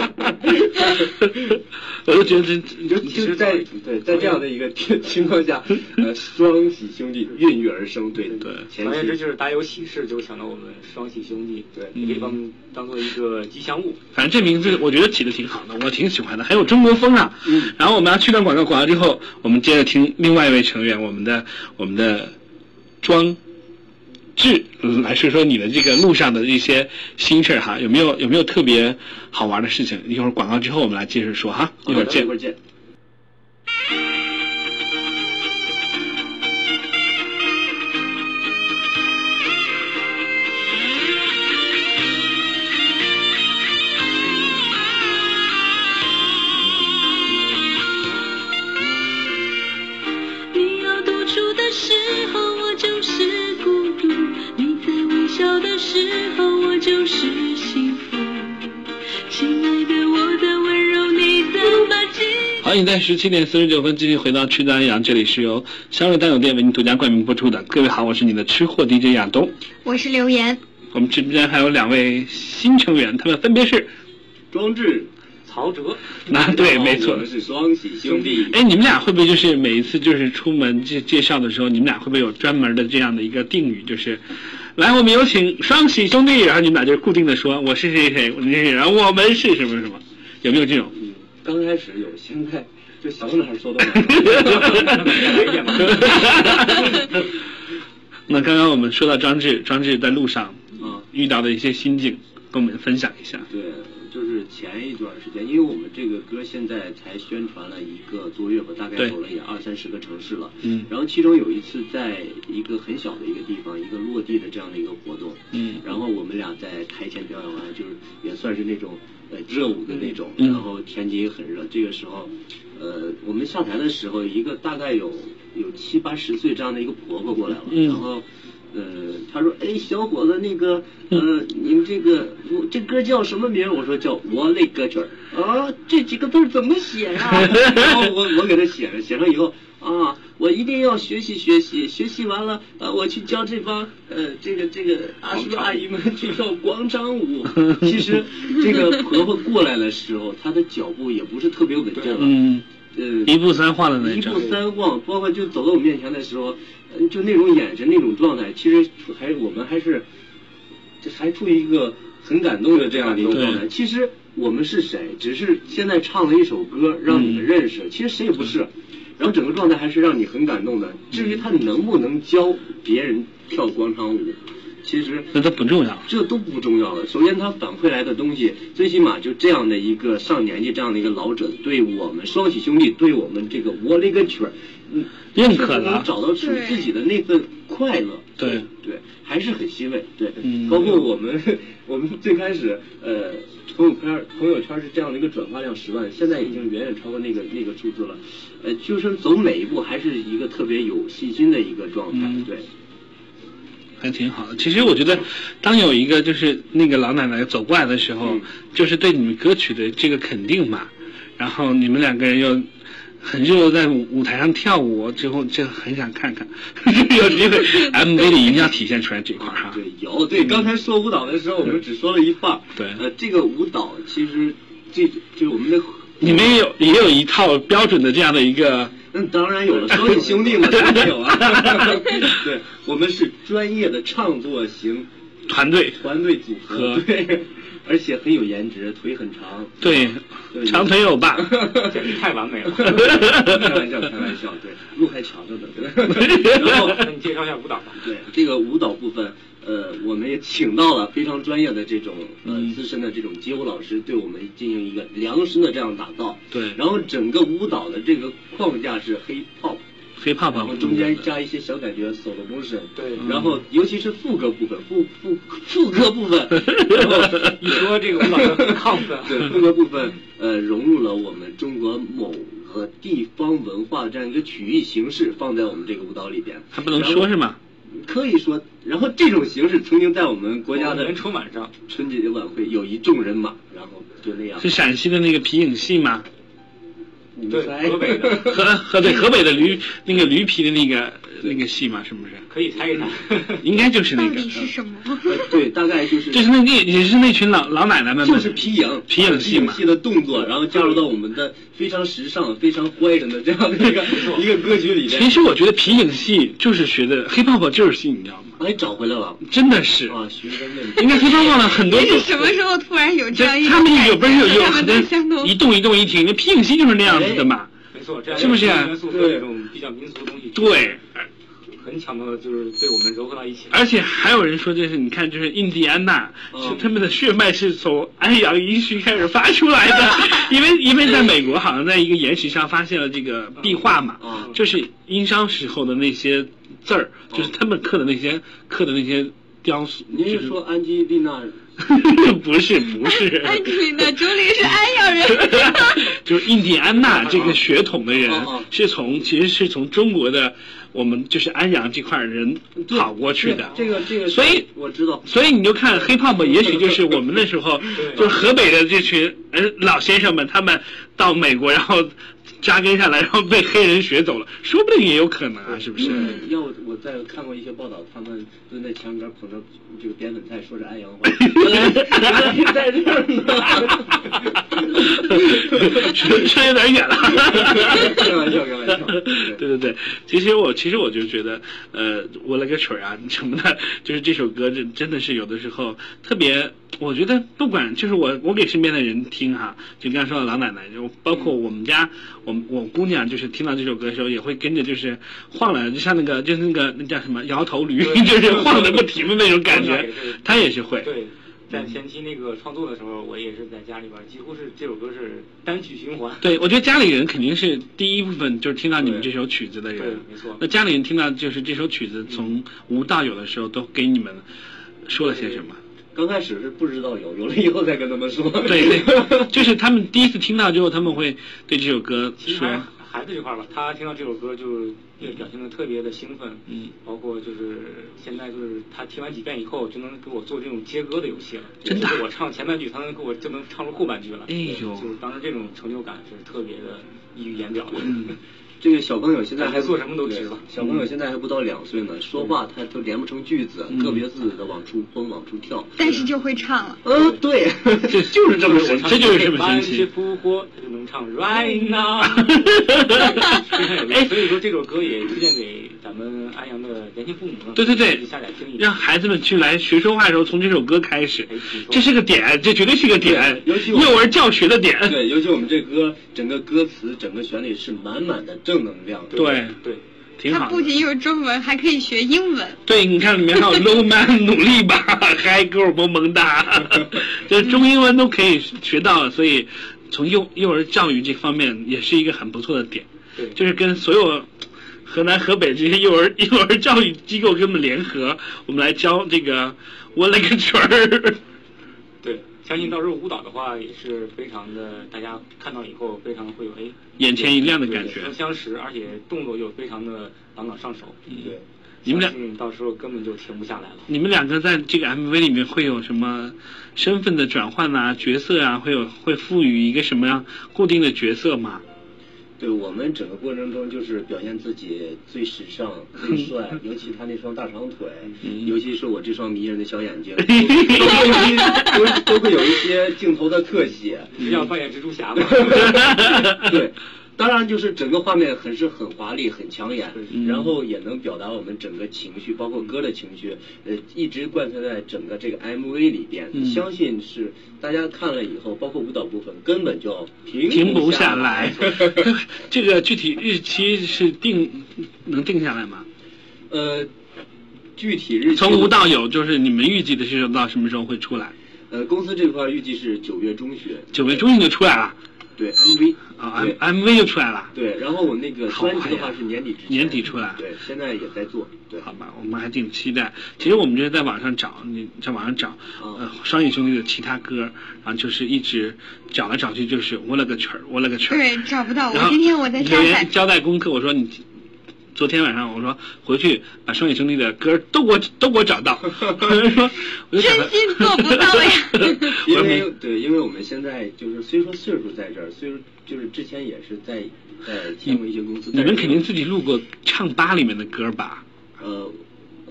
Speaker 4: 唱的。
Speaker 2: 我就觉得这
Speaker 4: 就就是在对在这样的一个情况 下，呃，双喜兄弟孕育而生，对
Speaker 2: 对
Speaker 4: 前
Speaker 5: 总而言之，
Speaker 4: 期
Speaker 5: 就是大家有喜事就想到我们双喜兄弟，
Speaker 4: 对嗯
Speaker 5: 也可以当当做一个吉祥物。
Speaker 2: 反正这名字我觉得起的挺好的，我挺喜欢的，很有中国风啊。嗯。然后我们要去段广告，广告之后，我们接着听另外一位成员，我们的我们的庄志嗯来说说你的这个路上的一些心事儿哈，有没有有没有特别好玩的事情？一会儿广告之后我们来接着说哈，一会儿见
Speaker 4: 一会。儿见。
Speaker 8: 你要独处的时候，我就是孤独；你在微笑的时候，我就是幸福。亲爱的，我的温柔，你怎么记？
Speaker 2: 好，你在十七点四十九分继续回到吃丹阳，这里是由香瑞丹酒店为您独家冠名播出的。各位好，我是你的吃货 DJ 亚东。
Speaker 3: 我是刘岩，
Speaker 2: 我们直播间还有两位新成员，他们分别是，
Speaker 4: 庄志，
Speaker 5: 曹哲，
Speaker 2: 啊对，没错
Speaker 4: 我，们是双喜兄弟。
Speaker 2: 哎，你们俩会不会就是每一次就是出门介介绍的时候，你们俩会不会有专门的这样的一个定语，就是，来，我们有请双喜兄弟，然后你们俩就固定的说，我是谁谁，我是谁谁，然后我们是什么什么，有没有这 种？
Speaker 4: 嗯，刚开始有，现在就想到哪儿说到 哪儿。
Speaker 2: 那刚刚我们说到张志，张志在路上
Speaker 4: 啊
Speaker 2: 遇到的一些心境，跟我们分享一下。
Speaker 4: 对，就是前一段时间，因为我们这个歌现在才宣传了一个多月吧，大
Speaker 2: 对
Speaker 4: 概走了也二三十个城市了。
Speaker 2: 嗯
Speaker 4: 然后其中有一次在一个很小的一个地方，一个落地的这样的一个活动。
Speaker 2: 嗯
Speaker 4: 然后我们俩在台前表演完，就是也算是那种呃热舞的那种。
Speaker 2: 嗯
Speaker 4: 然后天气也很热，这个时候，呃，我们下台的时候，一个大概有有七八十岁这样的一个婆婆过来了，
Speaker 2: 嗯
Speaker 4: 然后。呃，她说：“哎，小伙子，那个，
Speaker 2: 嗯
Speaker 4: 呃，你们这个，我这歌叫什么名儿？”我说：“叫我嘞歌曲儿。”
Speaker 2: 哦
Speaker 4: 啊，这几个字儿怎么写 呀、然后我我给他写了，写上以后啊，我一定要学习学习，学习完了，啊，我去教这帮呃这个这个阿叔阿姨们去跳广 场舞。其实这个婆婆过来的时候，她的脚步也不是特别稳健了，
Speaker 2: 嗯，
Speaker 4: 呃，
Speaker 2: 一步三晃的那
Speaker 4: 一
Speaker 2: 种
Speaker 4: 步。三晃，包括就走到我嗯面前的时候，呃就那种眼神、那种状态，其实还是我们还是就还处于一个很感动的这样的一个状态。
Speaker 2: 对
Speaker 4: 其实我们是谁，只是现在唱了一首歌让
Speaker 2: 嗯
Speaker 4: 你们认识，其实谁也不是。然后整个状态还是让你很感动的。至于他能不能教别人跳广场舞，其实
Speaker 2: 那它不重要。
Speaker 4: 这都不重要了。首先，他反馈来的东西，最起码就这样的一个上年纪这样的一个老者，对我们双喜兄弟，对我们这个我勒个曲儿，嗯
Speaker 2: 认可了
Speaker 4: 是能找到属于自己的那份快乐。
Speaker 2: 对
Speaker 4: 对，还是很欣慰。对，
Speaker 2: 嗯
Speaker 4: 包括我们我们最开始呃朋友圈朋友圈是这样的一个转发量十万，现在已经远远超过那个那个数字了。呃，就是走每一步还是一个特别有细心的一个状态。
Speaker 2: 嗯
Speaker 4: 对。
Speaker 2: 还挺好的。其实我觉得，当有一个就是那个老奶奶走过来的时候，
Speaker 4: 嗯
Speaker 2: 就是对你们歌曲的这个肯定嘛。然后你们两个人又很热络在舞舞台上跳舞，之后就很想看 看，有机会 MV 里一定要体现出来这块儿哈。
Speaker 4: 对，有对，刚才说舞蹈的时候，我们只说了一半儿。
Speaker 5: 嗯
Speaker 2: 对
Speaker 4: 呃，这个舞蹈其实这就是我们的，
Speaker 2: 你们也有也有一套标准的这样的一个，
Speaker 4: 嗯，当然有了，双喜兄弟 嘛，当然有啊。对，我们是专业的唱作型
Speaker 2: 团队
Speaker 4: 团队组合，
Speaker 2: 和
Speaker 4: 对，而且很有颜值，腿很 长。
Speaker 2: 对
Speaker 4: 对
Speaker 2: 长腿欧巴。
Speaker 5: 简直太完美 了。
Speaker 4: 开玩笑，开玩笑，对，路还长着呢。 对然后
Speaker 5: 那你介绍一下舞蹈吧。
Speaker 4: 对这个舞蹈部分，呃，我们也请到了非常专业的这种呃
Speaker 2: 嗯
Speaker 4: 资深的这种街舞老师，对我们进行一个量身的这样打造。
Speaker 2: 对
Speaker 4: 然后整个舞蹈的这个框架是 hip hop，
Speaker 2: 黑怕怕
Speaker 4: 然后中间加一些小感觉 solo motion。
Speaker 5: 对嗯
Speaker 4: 然后尤其是副歌部分，副副副歌部 分，然后
Speaker 5: 一说这个舞蹈就很亢奋
Speaker 4: 对副歌部分，呃，融入了我们中国某个地方文化这样一个曲艺形式，放在我们这个舞蹈里边。
Speaker 2: 还不能说是吗？
Speaker 4: 可以说，然后这种形式曾经在我们国家的
Speaker 5: 年春晚上
Speaker 4: 春节晚会有一众人马，然后就那样。
Speaker 2: 是陕西的那个皮影戏吗？
Speaker 4: 你们
Speaker 5: 对
Speaker 4: 猜
Speaker 5: 河北的
Speaker 2: 河河对河北的驴那个驴皮的那个那个戏嘛，是不是？
Speaker 5: 可以猜一猜。
Speaker 4: 嗯
Speaker 2: 应该就是那
Speaker 3: 到
Speaker 2: 个
Speaker 3: 底，哦是什么？
Speaker 4: 呃对，大概就是
Speaker 2: 就是那那也是那群老老奶奶们嘛，
Speaker 4: 就是皮影啊
Speaker 2: 皮影戏嘛
Speaker 3: 啊
Speaker 4: 皮。的动作，然后加入到我们的非常时尚、非常怀人的这样的一个一个歌曲里
Speaker 2: 其
Speaker 4: 面。
Speaker 2: 实我觉得皮影戏就是学的黑泡泡就是戏，你知道吗？
Speaker 4: 哎，找回来了
Speaker 2: 真的是，
Speaker 4: 啊，学生问
Speaker 2: 应该黑泡泡呢很多
Speaker 3: 哦 你是什么时候突然有这样一
Speaker 2: 对
Speaker 3: 个
Speaker 2: 他
Speaker 3: 感
Speaker 2: 们
Speaker 3: 觉？
Speaker 2: 有不是有有
Speaker 3: 他
Speaker 2: 很
Speaker 3: 们
Speaker 2: 多
Speaker 3: 都相同哎
Speaker 2: 一动一动一停，那皮影戏就是那样子的嘛。
Speaker 5: 没错，这样
Speaker 2: 是不是啊
Speaker 5: 元素和这种比较民俗的东西，
Speaker 2: 对，
Speaker 5: 很巧妙的就是被我们糅合到一起。
Speaker 2: 而且还有人说，就是你看，就是印第安纳，
Speaker 4: 嗯
Speaker 2: 是他们的血脉是从安阳医区开始发出来 的，因为因为在美国好像在一个岩石上发现了这个壁画嘛，
Speaker 4: 嗯
Speaker 2: 就是殷商时候的那些字儿，
Speaker 4: 嗯
Speaker 2: 就是他们刻的那些刻的那些雕塑。
Speaker 4: 您
Speaker 2: 就是
Speaker 4: 说哎安吉丽娜？
Speaker 2: 不是 不 是？
Speaker 3: 安吉那朱莉是安阳人，
Speaker 2: 就是印第安纳这个血统的人
Speaker 4: 嗯嗯，
Speaker 2: 是从其实是从中国的我们就是安阳这块儿人
Speaker 4: 对
Speaker 2: 跑过去的。
Speaker 4: 对这个这个，
Speaker 2: 啊所以
Speaker 4: 我知道。
Speaker 2: 所以你就看黑泡泡，也许就是我们那时候，
Speaker 5: 对
Speaker 2: 就是河北的这群呃老先生们，他们到美国，然后扎根下来，然后被黑人学走了，说不定也有可能啊，是不
Speaker 5: 嗯
Speaker 2: 是？
Speaker 4: 对要我我在看过一些报道，他们蹲在墙根捧着这个扁粉菜，说着安 阳话，原来原来是在这 儿呢。
Speaker 2: 扯扯有点远了，
Speaker 4: 开玩笑开玩笑
Speaker 2: 对对对，其实我其实我就觉得，呃，我了个曲儿啊什么的，就是这首歌真真的是有的时候特别，我觉得不管就是我我给身边的人听哈、就刚才说的老奶奶，就包括我们家我们我姑娘，就是听到这首歌的时候也会跟着就是晃来，就像那个就是那个那叫什么摇头驴，就是晃的不停的那种感
Speaker 5: 我奶
Speaker 2: 觉
Speaker 5: 奶也是，
Speaker 2: 她也是会，
Speaker 5: 对，
Speaker 4: 嗯
Speaker 5: 在前期那个创作的时候，我也是在家里边儿，几乎是这首歌是单曲循环。
Speaker 2: 对，我觉得家里人肯定是第一部分就是听到你们这
Speaker 4: 对
Speaker 2: 首曲子的人，
Speaker 5: 对没错
Speaker 2: 那家里人听到就是这首曲子从无到有的时候，都给你们说了些什么？
Speaker 4: 刚开始是不知道有，有了以后再跟他们说。
Speaker 2: 对对，就是他们第一次听到之后，他们会对这首歌
Speaker 5: 其实
Speaker 2: 说
Speaker 5: 还是，孩子这块儿吧，他听到这首歌就是也表现的特别的兴奋，
Speaker 2: 嗯，
Speaker 5: 包括就是现在就是他听完几遍以后，就能给我做这种接歌的游戏了，
Speaker 2: 真的啊
Speaker 5: 就是我唱前半句，他能给我就能唱出后半句了，
Speaker 2: 哎呦嗯
Speaker 5: 就是当时这种成就感是特别的溢于言表的。
Speaker 4: 这个小朋友现在还
Speaker 5: 做什么都值
Speaker 4: 对
Speaker 5: 吧
Speaker 4: 小朋友现在还不到两岁呢，说话他都连不成句子，
Speaker 2: 嗯
Speaker 4: 个别字的往出蹦，往出跳。
Speaker 3: 但是就会唱了。
Speaker 4: 嗯，对，
Speaker 2: 这就是这么神奇，这就是这么神
Speaker 5: 万事
Speaker 2: 奇。
Speaker 5: 扑火，他就能唱 Right Now。
Speaker 2: 哎
Speaker 5: 所以说这首歌也推荐给咱们安阳的年轻父母们，
Speaker 2: 对对对
Speaker 5: 可以下载听一
Speaker 2: 让
Speaker 5: 下。
Speaker 2: 孩子们去来学说话的时候，从这首歌开始，这是个点，这绝对是个点，
Speaker 4: 哎对尤其我
Speaker 2: 幼儿教学的点。
Speaker 4: 对，尤其我们这歌，整个歌词、整个旋律是满满的正能量。
Speaker 2: 对，
Speaker 5: 对，
Speaker 2: 挺
Speaker 3: 它
Speaker 2: 好
Speaker 3: 不
Speaker 2: 的。
Speaker 3: 仅有中文，还可以学英文。
Speaker 2: 对，你看里面还有 low man 努力吧，嗨哥我萌萌哒，就是中英文都可以学到了，所以从幼幼儿教育这方面也是一个很不错的点，
Speaker 5: 对
Speaker 2: 就是跟所有河南、河北这些幼儿幼儿教育机构跟我们联合，我们来教这个我勒个去儿。
Speaker 5: 对，相信到时候舞蹈的话也是非常的，大家看到以后非常会有哎
Speaker 2: 眼前一亮的感
Speaker 5: 对
Speaker 2: 觉
Speaker 5: 相相识，而且动作又非常的朗朗上手。
Speaker 4: 对，
Speaker 2: 嗯你们俩
Speaker 5: 相信到时候根本就停不下来了。
Speaker 2: 你们两个在这个 MV 里面会有什么身份的转换啊、角色啊，会有会赋予一个什么样固定的角色吗？
Speaker 4: 对我们整个过程中就是表现自己最时尚、 最帅，尤其他那双大长腿，
Speaker 2: 嗯
Speaker 4: 尤其是我这双迷人的 小眼睛，都会有一都会有一些镜头的特 写。
Speaker 2: 嗯
Speaker 5: 是要扮演蜘蛛侠吗？
Speaker 4: 对，当然就是整个画面很是很华丽、很抢眼，然
Speaker 2: 嗯
Speaker 4: 后也能表达我们整个情绪，包括歌的情绪，呃，一直贯穿在整个这个 MV 里边。
Speaker 2: 嗯
Speaker 4: 相信是大家看了以后，包括舞蹈部分，根本就停
Speaker 2: 停不
Speaker 4: 不
Speaker 2: 下来
Speaker 4: 来。
Speaker 2: 这个具体日期是定能定下来吗？
Speaker 4: 呃，具体日期
Speaker 2: 从无到有，就是你们预计的是到什么时候会出来？
Speaker 4: 呃，公司这块预计是九月中旬，
Speaker 2: 九月中旬就出来了
Speaker 4: 对 MV
Speaker 2: 啊
Speaker 4: 对
Speaker 2: ，M MV 就出来了。
Speaker 4: 对，然后我那个
Speaker 2: 好
Speaker 4: 专辑的
Speaker 2: 快呀
Speaker 4: 话是年底之前
Speaker 2: 年底出来
Speaker 4: 对，现在也在做，对，
Speaker 2: 好吧，我们还挺期待。其实我们就是在网上找，你在网上找，
Speaker 4: 嗯
Speaker 2: 呃，双影兄弟的其他歌，然后就是一直找来找去，就是我勒个去儿，我勒个去儿。
Speaker 3: 对，找不到。
Speaker 2: 然
Speaker 3: 我
Speaker 2: 后
Speaker 3: 今天我在下
Speaker 2: 有
Speaker 3: 载
Speaker 2: 人，交代功课，我说你昨天晚上我说回去把双眼兄弟的歌都给我都给我找到，有人说我就找到
Speaker 3: 真心做不到呀
Speaker 2: 我
Speaker 4: 因
Speaker 2: 说没
Speaker 4: 为对，因为我们现在就是虽说岁数在这儿，虽说就是之前也是在在签过一些公司，
Speaker 2: 你们
Speaker 4: 但是
Speaker 2: 肯定自己录过唱吧里面的歌吧？
Speaker 4: 呃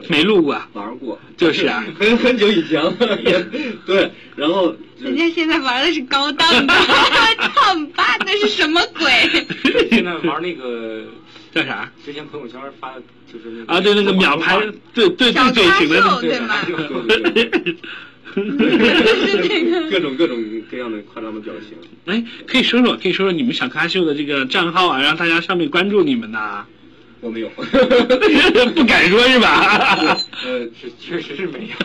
Speaker 2: 没录过啊，
Speaker 4: 玩过，
Speaker 2: 就是啊
Speaker 4: 很很久以 前了，也对，然后就
Speaker 3: 人家现在玩的是高档 的，唱吧那是什么鬼？
Speaker 5: 现在玩那个
Speaker 2: 叫啥？
Speaker 5: 之前朋友圈发的就是那个
Speaker 2: 啊，对，那个秒拍，对对对
Speaker 3: 小
Speaker 2: 对，
Speaker 3: 咖
Speaker 2: 请
Speaker 3: 秀对
Speaker 2: 问。
Speaker 3: 吗？
Speaker 4: 对 对对各种各种各样的夸张的表情。
Speaker 2: 哎，可以说说，可以说说你们小咖秀的这个账号啊，让大家上面关注你们呐、
Speaker 4: 我 没有，
Speaker 2: 不敢说是吧？
Speaker 4: 呃，
Speaker 5: 是确实是没有。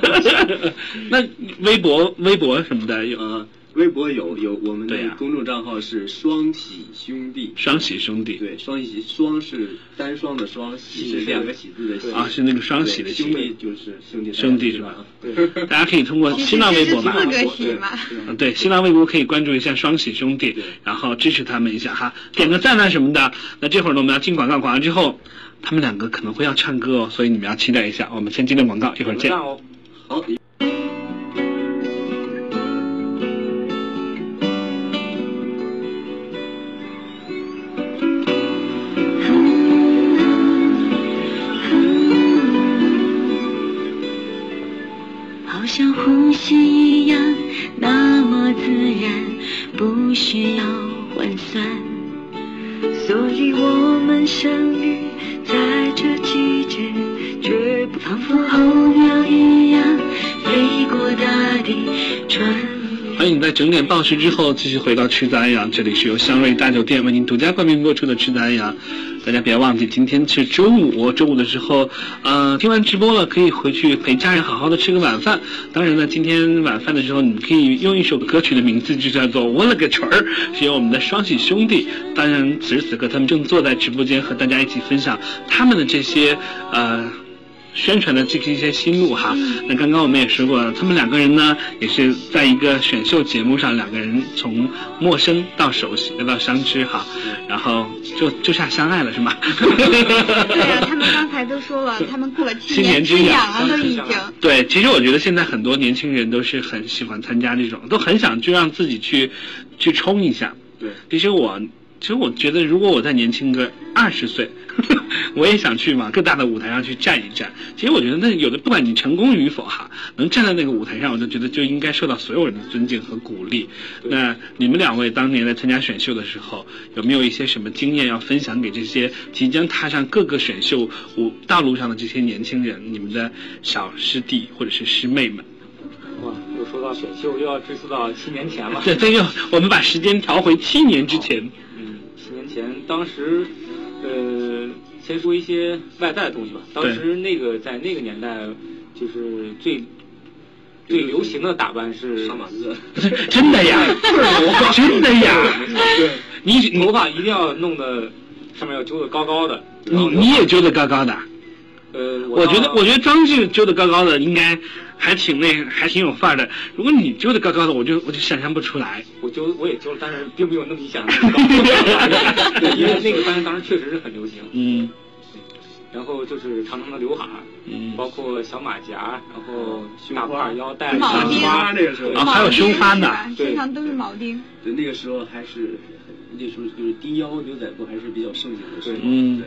Speaker 2: 那微博、微博什么的有
Speaker 4: 呃，微博有有我们
Speaker 2: 对
Speaker 4: 的
Speaker 2: 呀
Speaker 4: 公众账号是双喜兄弟，
Speaker 2: 双喜兄弟，
Speaker 4: 对，双喜双是单双的双，喜是两个喜字的喜
Speaker 2: 啊，是那个双喜的
Speaker 4: 对
Speaker 2: 喜
Speaker 4: 兄弟，就是兄弟
Speaker 2: 兄弟是吧？
Speaker 4: 对，
Speaker 2: 大家可以通过
Speaker 3: 其实
Speaker 2: 新浪微博
Speaker 3: 这
Speaker 2: 吧
Speaker 3: 是。四个喜嘛。
Speaker 4: 啊
Speaker 2: 嗯对，新浪微博可以关注一下双喜兄弟，然后支持他们一下哈，点个赞啊什么的。那这会儿呢，我们要进广告，广告之后，他们两个可能会要唱歌哦，所以你们要期待一下。我们先进段广告，一会儿见
Speaker 5: 那。我
Speaker 4: 好，
Speaker 8: 好像呼吸一样那么自然，不需要换算。所以我们相遇在这季节，绝不仿佛候鸟一样飞过大地，穿越。
Speaker 2: 欢迎你在整点报时之后继续回到吃的安阳，这里是由香瑞大酒店为您独家冠名播出的吃的安阳。大家别忘记，今天是周五，周五的时候，呃，听完直播了，可以回去陪家人好好的吃个晚饭。当然呢，今天晚饭的时候，你可以用一首歌曲的名字，就叫做《我勒个去儿》，是由我们的双喜兄弟。当然，此时此刻他们正坐在直播间和大家一起分享他们的这些呃。宣传的这一些心路哈。
Speaker 3: 嗯
Speaker 2: 那刚刚我们也说过了，他们两个人呢也是在一个选秀节目上，两个人从陌生到熟悉，再到相知哈，
Speaker 3: 嗯
Speaker 2: 然后就就差相爱了是吗？
Speaker 3: 对啊，他们刚才都说了，他们过了七
Speaker 2: 七年
Speaker 3: 之
Speaker 2: 之痒啊
Speaker 3: 了，啊都已经。
Speaker 2: 对，其实我觉得现在很多年轻人都是很喜欢参加这种，都很想就让自己去去冲一下。
Speaker 4: 对，
Speaker 2: 其实我其实我觉得，如果我再年轻个二十岁， 我也想去往更大的舞台上去站一站。其实我觉得，那有的不管你成功与否哈，能站在那个舞台上，我就觉得就应该受到所有人的尊敬和鼓励。那你们两位当年在参加选秀的时候，有没有一些什么经验要分享给这些即将踏上各个选秀舞道路上的这些年轻人，你们的小师弟或者是师妹们？
Speaker 5: 哇，又说到选秀，又要追溯到七年前了。
Speaker 2: 对，这又我们把时间调回七年之前。
Speaker 5: 嗯，十年前，当时，呃，先说一些外在的东西吧。哦当时那个在那个年代，就是最最流行的打扮是
Speaker 4: 杀马特，
Speaker 2: 真的 呀，真的呀，你你
Speaker 5: 头发一定要弄得上面要揪得高高的。然
Speaker 2: 你
Speaker 5: 后
Speaker 2: 你也揪得高高的。
Speaker 5: 呃，
Speaker 2: 我觉得
Speaker 5: 到
Speaker 2: 我觉得张志揪得高高的，应该还挺那还挺有范儿的。如果你揪得高高的，我就我就想象不出来。
Speaker 5: 我揪我也揪了，但是并没有那么你想的那么 高。对因为那个班当时确实是很流行。
Speaker 2: 嗯
Speaker 5: 然后就是长长的刘海儿，
Speaker 2: 嗯
Speaker 5: 包括小马甲，然后
Speaker 4: 胸
Speaker 5: 大
Speaker 4: 花
Speaker 5: 块腰带、
Speaker 3: 铆
Speaker 5: 大
Speaker 3: 钉
Speaker 5: 花
Speaker 4: 那个时候
Speaker 2: 啊还有胸花呢
Speaker 5: 对
Speaker 3: 身上都是铆钉。
Speaker 4: 对，那个时候还是那时候就是低腰牛仔裤还是比较盛行的时候。
Speaker 5: 对
Speaker 2: 嗯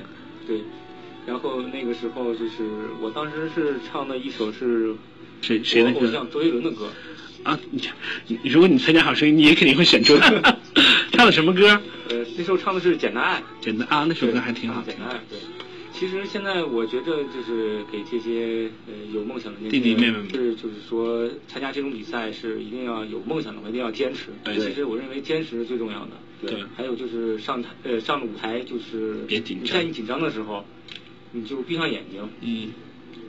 Speaker 4: 对
Speaker 5: 对，然后那个时候就是我当时是唱的一首是
Speaker 2: 谁谁的
Speaker 5: 我
Speaker 2: 歌
Speaker 5: 偶像周杰伦的歌，
Speaker 2: 啊，你你如果你参加好声音，你也肯定会选 出来。唱的什么歌？
Speaker 5: 呃，那时候唱的是《简单爱》，
Speaker 2: 简单啊，那首歌还挺好听
Speaker 5: 啊对唱
Speaker 2: 的。
Speaker 5: 的简单爱，对。其实现在我觉得就是给这些呃有梦想的年
Speaker 2: 弟弟
Speaker 5: 轻人
Speaker 2: 妹妹们
Speaker 5: 是就是说参加这种比赛是一定要有梦想的话，一定要坚持。
Speaker 2: 对
Speaker 5: 其实我认为坚持是最重要的。
Speaker 2: 对
Speaker 5: 还有就是上台呃上舞台就是
Speaker 2: 别紧张
Speaker 5: 你在你紧张的时候，你就闭上眼睛，
Speaker 2: 嗯，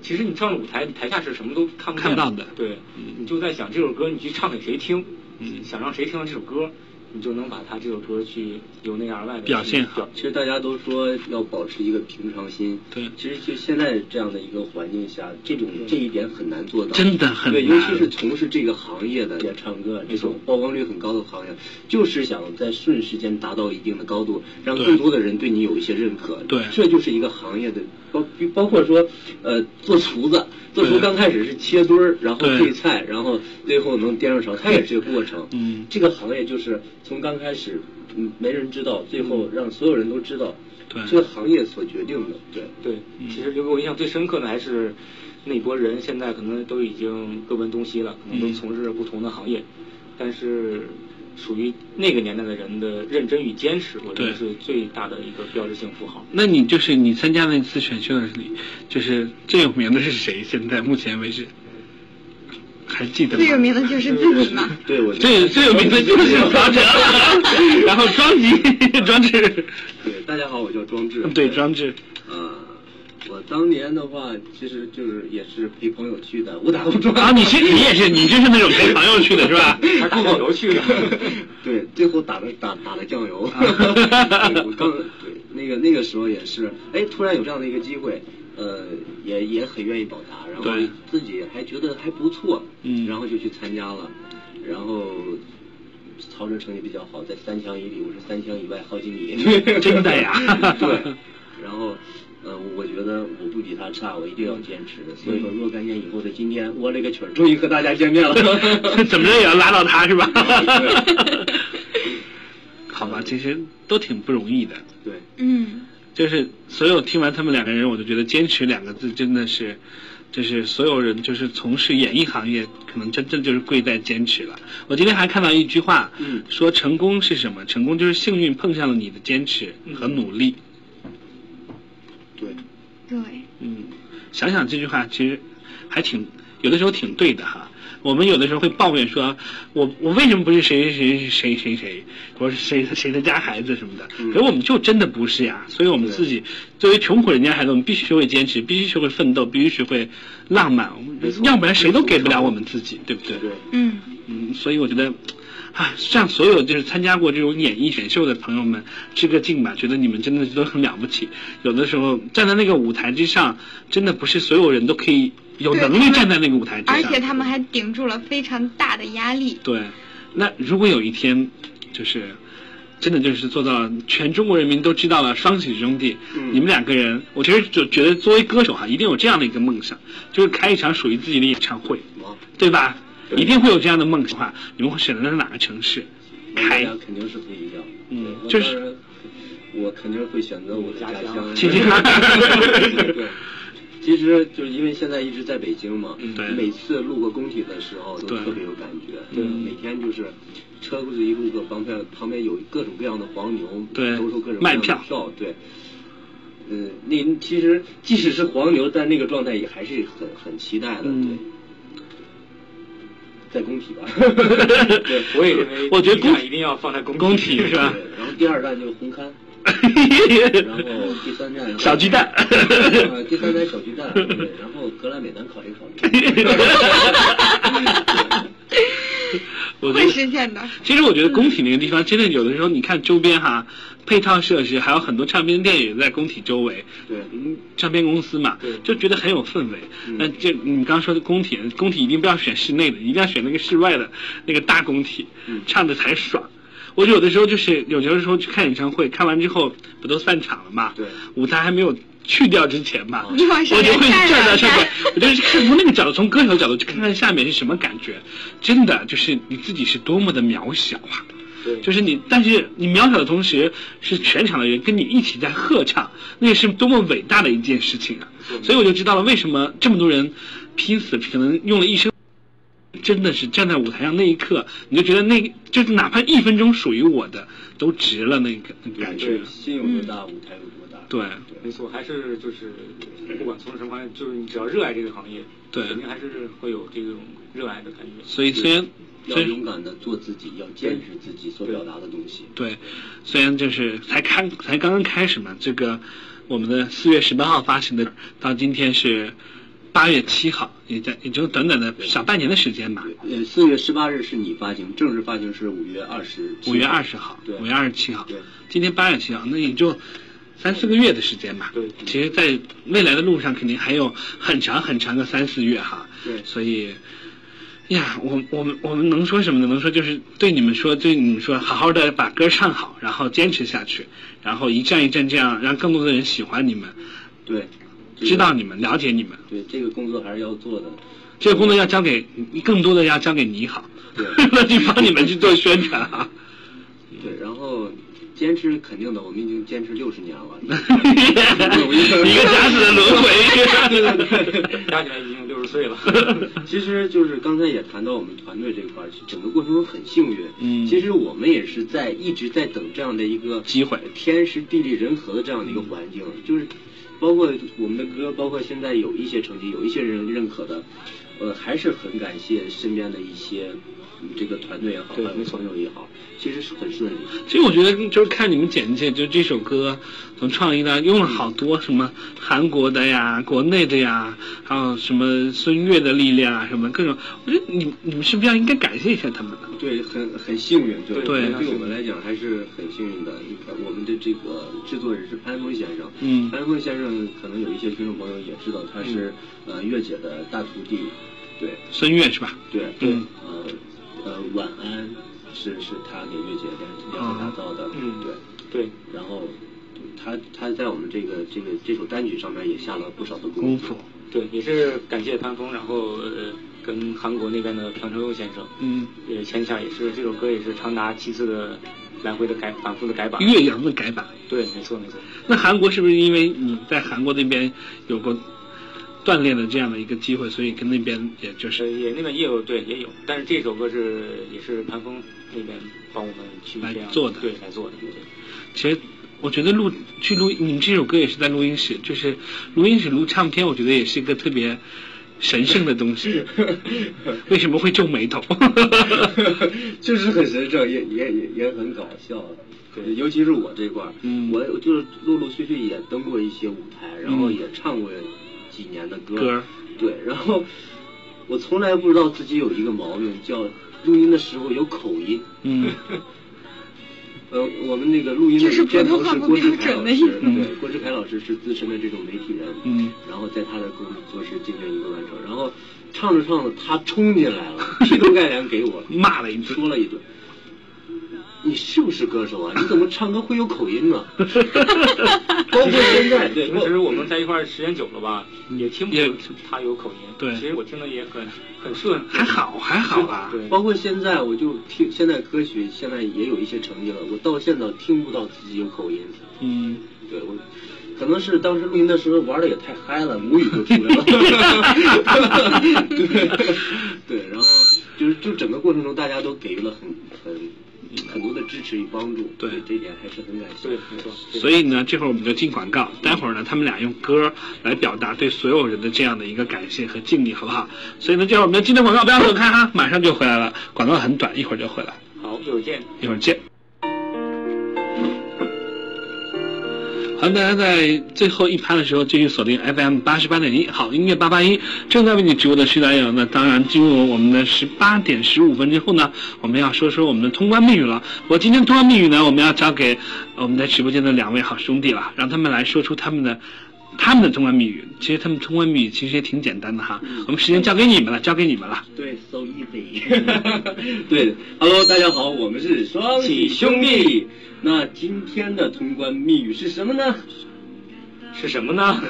Speaker 5: 其实你上了舞台，你台下是什么都看不
Speaker 2: 看
Speaker 5: 见
Speaker 2: 不到的
Speaker 5: 对
Speaker 2: 嗯，
Speaker 5: 你就在想这首歌你去唱给谁听，
Speaker 2: 嗯
Speaker 5: 想让谁听到这首歌，你就能把他这首歌去由内而外的
Speaker 2: 表现好
Speaker 4: 其实大家都说要保持一个平常心，
Speaker 2: 对
Speaker 4: 其实就现在这样的一个环境下，这种这一点很难做到，
Speaker 2: 真的很
Speaker 4: 对，
Speaker 2: 难
Speaker 4: 尤其是从事这个行业的，也唱歌这种曝光率很高的行业，就是想在瞬时间达到一定的高度，让
Speaker 2: 对
Speaker 4: 更多的人对你有一些认可，
Speaker 2: 对
Speaker 4: 这就是一个行业的包包括说，呃，做厨子，做厨
Speaker 2: 对
Speaker 4: 刚开始是切墩儿，然后
Speaker 2: 对
Speaker 4: 配菜，然后最后能颠上勺，它也是一个过程，
Speaker 2: 嗯
Speaker 4: 这个行业就是从刚开始，嗯，没人知道，最后让所有人都知道，
Speaker 2: 嗯对
Speaker 4: 这个行业所决定的，对，
Speaker 5: 对，
Speaker 2: 嗯
Speaker 5: 其实留给我印象最深刻的还是那波人，现在可能都已经各奔东西了，可能
Speaker 2: 嗯
Speaker 5: 都从事不同的行业，但是属于那个年代的人的认真与坚持，我觉
Speaker 2: 对
Speaker 5: 得是最大的一个标志性符号。
Speaker 2: 那你就是你参加那次选秀的里，就是最有名的是谁？现在目前为止还记得吗？
Speaker 3: 最有名的就是自己嘛。
Speaker 4: 对我觉得
Speaker 2: 最最有名的就是曹哲了，然后庄吉、庄志，
Speaker 4: 对，大家好，我叫庄志，
Speaker 2: 对庄志，
Speaker 4: 呃，我当年的话，其实就是也是陪朋友去的，误打误撞。
Speaker 2: 啊，你是你也是你就是那种陪朋友去的是吧？
Speaker 5: 还打酱油去了，
Speaker 4: 对，最后打了打打了酱油。
Speaker 2: 啊
Speaker 4: 对 我刚对那个那个时候也是，哎，突然有这样的一个机会，呃，也也很愿意报答，然后
Speaker 2: 对
Speaker 4: 自己还觉得还不错，
Speaker 2: 嗯
Speaker 4: 然后就去参加了，然后。曹哲成绩比较好，在三强以里，我是三强以外好几米。
Speaker 2: 真的呀
Speaker 4: 对，然后，呃，我觉得我不比他差，我一定要坚持。所以说，若干年以后的今天，我勒个去儿，终于和大家见面了。
Speaker 2: 怎么着也要拉到他是吧？好吧，其实都挺不容易的。
Speaker 4: 对，
Speaker 3: 嗯，
Speaker 2: 就是所有听完他们两个人，我就觉得“坚持”两个字真的是，就是所有人就是从事演艺行业，可能真正就是贵在坚持了。我今天还看到一句话，
Speaker 4: 嗯
Speaker 2: 说成功是什么？成功就是幸运碰上了你的坚持和努力。
Speaker 4: 对，
Speaker 3: 对，
Speaker 2: 嗯，想想这句话其实还挺有的时候挺对的哈。我们有的时候会抱怨说，我我为什么不是谁谁谁谁谁谁，我是谁谁的家孩子什么的，
Speaker 4: 嗯
Speaker 2: 可是我们就真的不是呀。所以我们自己作为穷苦人家孩子，我们必须学会坚持，必须学会奋斗，必须学会浪漫，我们要不然谁都给不了我们自己，对不对？
Speaker 4: 对。
Speaker 3: 嗯，
Speaker 2: 嗯，所以我觉得，啊，向所有就是参加过这种演艺选秀的朋友们致个敬吧，觉得你们真的都很了不起。有的时候站在那个舞台之上，真的不是所有人都可以有
Speaker 3: 对
Speaker 2: 能力站在那个舞台之上。
Speaker 3: 而且他们还顶住了非常大的压力。
Speaker 2: 对，那如果有一天，就是真的就是做到全中国人民都知道了双喜兄弟，
Speaker 4: 嗯
Speaker 2: 你们两个人，我其实就觉得作为歌手哈，一定有这样的一个梦想，就是开一场属于自己的演唱会，
Speaker 4: 哇
Speaker 2: 对吧？一定会有这样的梦想的话，你们会选择在哪个城市
Speaker 4: 大
Speaker 2: 开？
Speaker 4: 家肯定是不一样。
Speaker 2: 嗯
Speaker 4: 我
Speaker 2: 就是
Speaker 4: 当然我肯定会选择我的
Speaker 5: 家
Speaker 4: 家
Speaker 5: 乡
Speaker 4: 乡。
Speaker 5: 亲
Speaker 2: 近
Speaker 4: 对，其实就是因为现在一直在北京嘛，
Speaker 2: 嗯对
Speaker 4: 每次路过工体的时候都
Speaker 2: 对
Speaker 4: 特别有感觉，
Speaker 5: 对
Speaker 4: 每天就是车子一路过，旁边旁边有各种各样的黄牛，
Speaker 2: 对
Speaker 4: 兜售各种各
Speaker 2: 卖
Speaker 4: 样的
Speaker 2: 票
Speaker 4: 票，对。嗯，那其实即使是黄牛，但那个状态也还是很很期待的，对
Speaker 2: 嗯。
Speaker 4: 在工体 吧，
Speaker 5: 对，我也认为
Speaker 2: 我觉得
Speaker 5: 第一站
Speaker 2: 工
Speaker 5: 一定要放在工
Speaker 2: 工体是吧
Speaker 4: 对，然后第二站就是红磡。然后第三站
Speaker 2: 小鸡蛋
Speaker 4: 呃第三站小鸡蛋，对，然后格莱美咱考虑考 虑。
Speaker 2: 我觉
Speaker 3: 会
Speaker 2: 得
Speaker 3: 实现的。
Speaker 2: 其实我觉得工体那个地方，真的有的时候你看周边哈，配套设施还有很多唱片店也在工体周围，
Speaker 4: 对
Speaker 2: 嗯，唱片公司嘛
Speaker 5: 对，
Speaker 2: 就觉得很有氛围
Speaker 4: 嗯。
Speaker 2: 那这你刚说的工体，工体一定不要选室内的，一定要选那个室外的那个大工体
Speaker 4: 嗯，
Speaker 2: 唱的才爽。我有的时候就是有的时候去看演唱会，看完之后不都散场了嘛？
Speaker 4: 对哦
Speaker 2: 舞台还没有去掉之前嘛，
Speaker 3: 你往上
Speaker 2: 我就会
Speaker 3: 面
Speaker 2: 站
Speaker 3: 站
Speaker 2: 在
Speaker 3: 两
Speaker 2: 上面
Speaker 3: 站，
Speaker 2: 我就是看从那个角度，从歌手角度去看看下面是什么感觉，真的就是你自己是多么的渺小啊！
Speaker 5: 对
Speaker 2: 就是你，但是你渺小的同时，是全场的人跟你一起在合唱，那是多么伟大的一件事情啊！所以我就知道了为什么这么多人拼死，可能用了一生。真的是站在舞台上那一刻，你就觉得那就是哪怕一分钟属于我的，都值了那个那个感觉嗯
Speaker 4: 对，。心有多大，舞台有多大。
Speaker 2: 对
Speaker 5: 没错，还是就是不管从事什么行业，就是你只要热爱这个行业，
Speaker 2: 对
Speaker 5: 肯定还是会有这种热爱的感觉。
Speaker 2: 所以虽然
Speaker 4: 要
Speaker 2: 虽然
Speaker 4: 勇敢的做自己，要坚持自己所表达的东西。
Speaker 2: 对，虽然就是才开才刚刚开始嘛，这个我们的四月十八号发行的，到今天是八月七号，也在也就短短的小半年的时间吧，
Speaker 4: 呃，四月十八日是你发行，正式发行是五月二十。
Speaker 2: 五月二十号
Speaker 4: 对，
Speaker 2: 五月二十七号
Speaker 4: 对，
Speaker 2: 今天八月七号，那也就。三四个月的时间吧，
Speaker 5: 对
Speaker 2: 其实，在未来的路上肯定还有很长很长的三四月哈，
Speaker 4: 对
Speaker 2: 所以，呀，我我们我们能说什么呢？能说就是对你们说，对你们说，好好的把歌唱好，然后坚持下去，然后一站一站这样，让更多的人喜欢你们，
Speaker 4: 对，这个
Speaker 2: 知道你们，了解你们。
Speaker 4: 对这个工作还是要做的。
Speaker 2: 这个工作要交给更多的要交给你好，
Speaker 4: 对
Speaker 2: 那就帮你们去做宣传啊。
Speaker 4: 对，然后坚持肯定的，我们已经坚持六十年了。
Speaker 2: 一个假死的轮回。
Speaker 5: 加起来已经六十岁了。
Speaker 4: 其实就是刚才也谈到我们团队这块儿，整个过程中很幸运。
Speaker 2: 嗯
Speaker 4: 其实我们也是在一直在等这样的一个
Speaker 2: 机会嗯
Speaker 4: 天时地利人和的这样的一个环境，就是包括我们的歌，包括现在有一些成绩，有一些人认可的，呃，还是很感谢身边的一些嗯这个团队也好，还
Speaker 5: 对
Speaker 4: 有
Speaker 5: 没错
Speaker 4: 朋友也好，其实是很顺利。
Speaker 2: 其实我觉得就是看你们简介，就这首歌从创意到用了好多什么韩国的呀、国内的呀，还有什么孙悦的力量啊，什么各种。我觉得你你们是不是要应该感谢一下他们呢？
Speaker 4: 对，很很幸运，对
Speaker 2: 对
Speaker 4: 对我们来讲还是很幸运的。你看，我们的这个制作人是潘峰先生，
Speaker 2: 嗯
Speaker 4: 潘哎峰先生可能有一些听众朋友也知道，他是、
Speaker 2: 嗯
Speaker 4: 呃月姐的大徒弟，对
Speaker 2: 孙悦是吧？
Speaker 4: 对
Speaker 2: 嗯
Speaker 4: 呃呃晚安是是他给月姐联联合打造的，
Speaker 5: 嗯
Speaker 4: 对，
Speaker 5: 对，
Speaker 4: 然后他他在我们这个这个这首单曲上面也下了不少的
Speaker 2: 功
Speaker 4: 夫
Speaker 2: 夫，，
Speaker 5: 对，也是感谢潘峰，然后呃跟韩国那边的朴成佑先生，
Speaker 2: 嗯，
Speaker 5: 也签下，也是这首歌也是长达七次的来回的改反复的改版。
Speaker 2: 岳阳的改版。
Speaker 5: 对，没错没错，
Speaker 2: 那韩国是不是因为你在韩国那边有过锻炼的这样的一个机会，所以跟那边也就
Speaker 5: 呃
Speaker 2: 是
Speaker 5: 也那边也有对也有，但是这首歌是也是潘峰那边帮我们去
Speaker 2: 来
Speaker 5: 这样
Speaker 2: 做的
Speaker 5: 对来做的，对。
Speaker 2: 其实我觉得录去录你们这首歌也是在录音室，就是录音室录唱片，我觉得也是一个特别神圣的东西。为什么会皱眉头？
Speaker 4: 就是很神圣，也也也也很搞笑。
Speaker 5: 对
Speaker 4: 尤其是我这块儿，
Speaker 2: 嗯
Speaker 4: 我我就是陆陆续续也登过一些舞台，然后
Speaker 2: 嗯
Speaker 4: 也唱过几年的歌，
Speaker 2: 歌儿
Speaker 4: 对，然后我从来不知道自己有一个毛病，叫录音的时候有口音。
Speaker 2: 嗯，
Speaker 4: 呃，我们那个录音的
Speaker 3: 就是
Speaker 4: 片头
Speaker 3: 普通话
Speaker 4: 是
Speaker 3: 不
Speaker 4: 郭志
Speaker 3: 标
Speaker 4: 凯
Speaker 3: 准
Speaker 4: 老
Speaker 3: 的意
Speaker 4: 师
Speaker 3: 思，
Speaker 4: 对，郭志凯老师是资深的这种媒体人，
Speaker 2: 嗯，
Speaker 4: 然后在他的工作室进行一个完成，然后唱着唱着他冲进来了，劈头盖脸给我，
Speaker 2: 骂了一顿。
Speaker 4: 说了一顿。你是不是歌手啊？你怎么唱歌会有口音呢？包括现在，
Speaker 5: 对，平
Speaker 4: 我
Speaker 5: 时我们在一块儿时间久了吧，也听不
Speaker 2: 也
Speaker 5: 出他有口音。
Speaker 2: 对
Speaker 5: 其实我听的也很很顺，
Speaker 2: 还好还好吧。
Speaker 5: 对
Speaker 4: 包括现在，我就听现在歌曲，现在也有一些成绩了，我到现在听不到自己有口音。
Speaker 2: 嗯，
Speaker 4: 对我，可能是当时录音的时候玩的也太嗨了， 母语都出来了。对，然后就是就整个过程中，大家都给予了很很很多的支持与帮助，
Speaker 2: 对
Speaker 4: 这一点还是很感谢。
Speaker 5: 对，没错。
Speaker 2: 所以呢，这会儿我们就进广告，待会儿呢，他们俩用歌来表达对所有人的这样的一个感谢和敬意，好不好？所以呢，这会儿我们就进的广告，不要走开哈，马上就回来了。广告很短，一会儿就回来，
Speaker 5: 好，一会儿见。
Speaker 2: 一会儿见。好，大家在最后一趴的时候继续锁定 FM 八十八点一，好音乐八八一，正在为你直播的徐导友呢，当然进入我们的十八点十五分之后呢，我们要说说我们的通关密语了。我今天通关密语呢，我们要交给呃我们在直播间的两位好兄弟了，让他们来说出他们的。他们的通关密语，其实他们通关密语其实也挺简单的哈。我们时间交给你们了，交给你们了。
Speaker 4: 对，so easy。对，Hello，大家好，我们是双喜兄弟。那今天的通关密语是什么呢？
Speaker 5: 是什 么呢？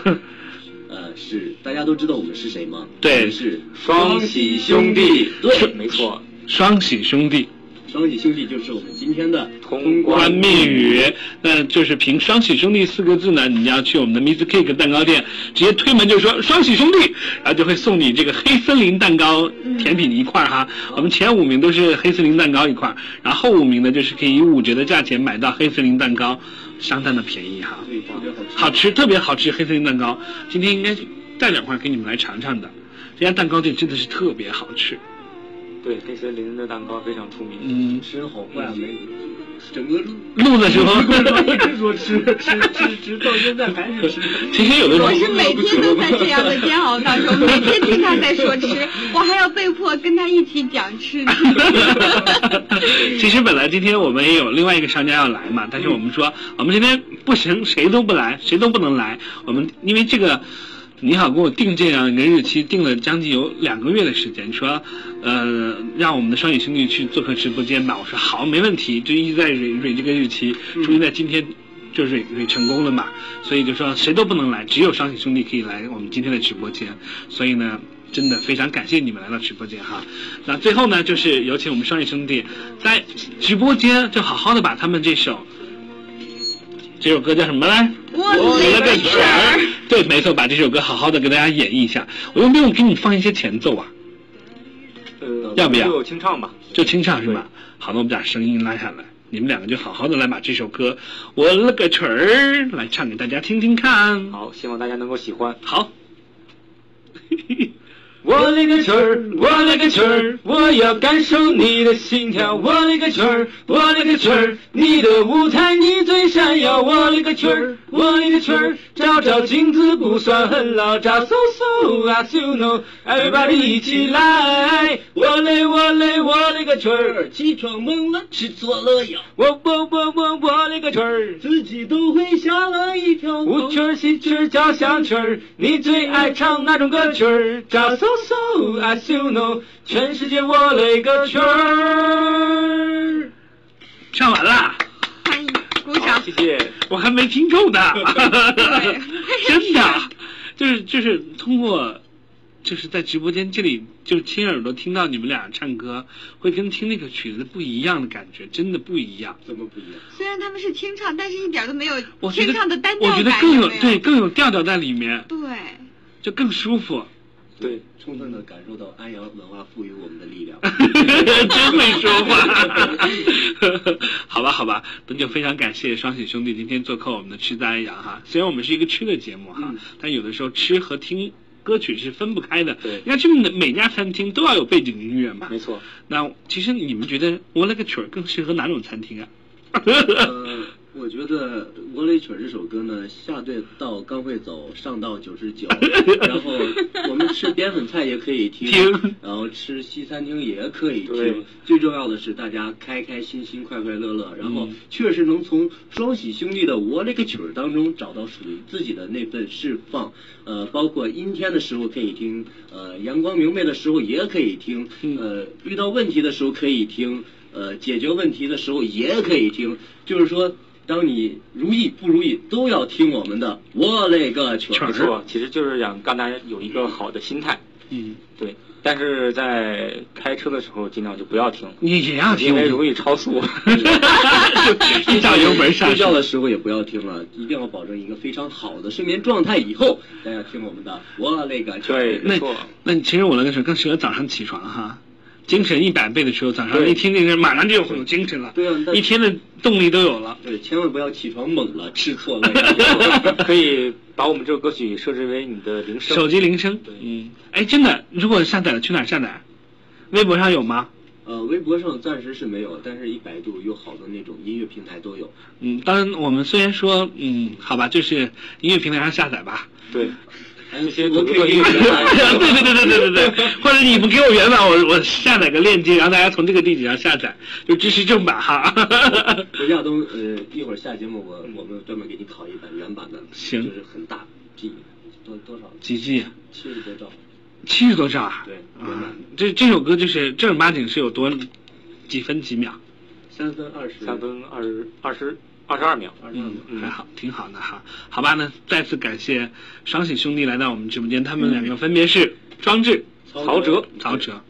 Speaker 4: 呃，是大家都知道我们是谁吗？
Speaker 2: 对
Speaker 4: 我们是
Speaker 5: 双喜兄弟，
Speaker 4: 对，
Speaker 5: 没错。
Speaker 2: 双喜兄弟，
Speaker 4: 双喜兄弟就是我们今天的
Speaker 5: 通
Speaker 2: 关密语，那就是凭“双喜兄弟”四个字呢，你要去我们的 Miss Cake 蛋糕店，直接推门就说“双喜兄弟”，然后就会送你这个黑森林蛋糕甜品一块儿哈。我们前五名都是黑森林蛋糕一块儿，然后后五名呢就是可以以五折的价钱买到黑森林蛋糕，相当的便宜哈，
Speaker 4: 对，特别好吃。
Speaker 2: 好吃，特别好吃黑森林蛋糕。今天应该带两块给你们来尝尝的，这家蛋糕店真的是特别好吃。
Speaker 5: 对，黑森林的蛋糕非常出名。
Speaker 2: 嗯，
Speaker 4: 吃好坏啊没，整个路
Speaker 2: 录的时候
Speaker 4: 一直说吃吃吃吃，到现在还是吃。
Speaker 2: 其实有的时候
Speaker 3: 我是每天都在这样的煎熬当中，每天听他在说吃，我还要被迫跟他一起讲吃的。
Speaker 2: 其实本来今天我们也有另外一个商家要来嘛，但是我们说、我们今天不行，谁都不来，谁都不能来。我们因为这个，你好给我定这样一个日期，定了将近有两个月的时间，说呃让我们的双语兄弟去做客直播间吧。我说好，没问题，就一直在蕊蕊这个日期，终于在今天。就蕊蕊成功了嘛，所以就说谁都不能来，只有双喜兄弟可以来我们今天的直播间。所以呢，真的非常感谢你们来到直播间哈。那最后呢，就是有请我们双喜兄弟在直播间就好好的把他们这首这首歌叫什么来？
Speaker 3: 我勒个去儿！
Speaker 2: 对，没错，把这首歌好好的给大家演绎一下。我又没有给你放一些前奏啊，
Speaker 5: 呃，
Speaker 2: 要不要
Speaker 5: 就清唱吧。
Speaker 2: 就清唱是吧？好，那我们把声音拉下来，你们两个就好好的来把这首歌《我勒个锤儿》来唱给大家听听看。
Speaker 5: 好，希望大家能够喜欢。
Speaker 2: 好。
Speaker 5: 我勒个去儿，我勒个去儿，我要感受你的心跳。我勒个去儿，我勒个去儿，你的舞台你最闪耀。我勒个去儿，我勒个去儿，照照镜子不算很老，照 so so as you know，everybody 一起来。我勒我勒我勒个去儿，
Speaker 4: 起床梦了，吃错了药，
Speaker 5: 我我我我我勒个去儿。
Speaker 4: 自己都会吓了一跳。
Speaker 5: 舞曲儿、戏曲儿、交响曲儿，你最爱唱哪种歌曲儿？找 so so as you know，全世界我嘞个曲儿。
Speaker 2: 唱完了，
Speaker 3: 欢迎鼓掌。
Speaker 5: 谢。
Speaker 2: 我还没听够 呢， 真的，啊就是就是通过，就是在直播间这里，就亲耳朵听到你们俩唱歌，会跟听那个曲子不一样的感觉，真的不一样。
Speaker 4: 怎么不一样？
Speaker 3: 虽然他们是清唱，但是一点都没有
Speaker 2: 我觉
Speaker 3: 清
Speaker 2: 得
Speaker 3: 唱的单调
Speaker 2: 我
Speaker 3: 感，
Speaker 2: 觉得更
Speaker 3: 有没有
Speaker 2: 对更有调调在里面，
Speaker 3: 对
Speaker 2: 就更舒服。
Speaker 5: 对，
Speaker 4: 充分的感受到安阳文化赋予我们的力量。
Speaker 2: 真会说话。 好吧，好吧，那就非常感谢双喜兄弟今天做客我们的吃在安阳哈。虽然我们是一个吃的节目哈，但有的时候吃和听歌曲是分不开的。
Speaker 5: 对
Speaker 2: 你要去每每家餐厅都要有背景音乐嘛。
Speaker 5: 没错。
Speaker 2: 那其实你们觉得我那个曲儿更适合哪种餐厅啊？
Speaker 4: 呃，我觉得《窝里曲》这首歌呢，下对到刚会走，上到九十九，然后我们吃边粉菜也可以听，
Speaker 2: 听
Speaker 4: 然后吃西餐厅也可以
Speaker 5: 对
Speaker 4: 听。最重要的是大家开开心心、快快乐
Speaker 5: 嗯
Speaker 4: 乐，然后确实能从双喜兄弟的《我勒个曲儿》当中找到属于自己的那份释放。呃，包括阴天的时候可以听，呃，阳光明媚的时候也可以听，
Speaker 5: 嗯
Speaker 4: 呃，遇到问题的时候可以听，呃，解决问题的时候也可以听。就是说，当你如意不如意都要听我们的《我勒个曲儿
Speaker 5: 没》。错，其实就是想让大家有一个好的心态，
Speaker 2: 嗯，
Speaker 5: 对。但是在开车的时候，尽量就不要听，
Speaker 2: 你也要听
Speaker 5: 因为容易超 速。
Speaker 2: 就 一脚油门上
Speaker 4: 睡
Speaker 2: 去
Speaker 4: 觉的时候也不要听了，一定要保证一个非常好的睡眠状态。以后大家听我们的，我勒个去！
Speaker 5: 对
Speaker 2: 那
Speaker 5: 没错
Speaker 2: 那其实我那个时候更适合早上起床哈，精神一百倍的时候，早上
Speaker 5: 对
Speaker 2: 一听这个，马上就有精神了，
Speaker 4: 对啊但
Speaker 2: 一天的动力都有了。
Speaker 4: 对，千万不要起床猛了，吃错了。
Speaker 5: 可以把我们这首歌曲设置为你的铃声。
Speaker 2: 手机铃声
Speaker 5: 对，
Speaker 2: 嗯，哎，真的，如果下载了，去哪儿下载？微博上有吗？
Speaker 4: 呃，微博上暂时是没有，但是一百度有好多那种音乐平台都有。
Speaker 2: 嗯，当然，我们虽然说，嗯，好吧，就是音乐平台上下载吧。
Speaker 5: 对，
Speaker 4: 这
Speaker 5: 些
Speaker 4: 我
Speaker 5: 都
Speaker 4: 可
Speaker 5: 是
Speaker 4: 以给你
Speaker 5: 音乐平
Speaker 4: 下
Speaker 5: 台
Speaker 2: 对
Speaker 4: 载
Speaker 2: 对对对对对 对，或者你不给我原版，我我下载个链接，然后大家从这个地址上下载，就支持正版哈。
Speaker 4: 刘亚东，呃，一会儿下节目我我们专门给你拷一版原版的，
Speaker 2: 行
Speaker 4: 就是很大 G，多多少
Speaker 2: 几 G？啊
Speaker 4: 七十多兆，
Speaker 2: 七十多兆啊？
Speaker 4: 对原
Speaker 2: 啊
Speaker 4: 版，
Speaker 2: 这这首歌就是正儿八经是有多几分几秒，
Speaker 4: 三分二十，
Speaker 5: 三分二十二十二十二秒。
Speaker 4: 二十二
Speaker 2: 嗯
Speaker 4: 秒。，
Speaker 2: 还好，挺好的哈。好吧，那再次感谢双喜兄弟来到我们直播间，他们两个分别是庄志、
Speaker 4: 曹哲
Speaker 2: 曹哲。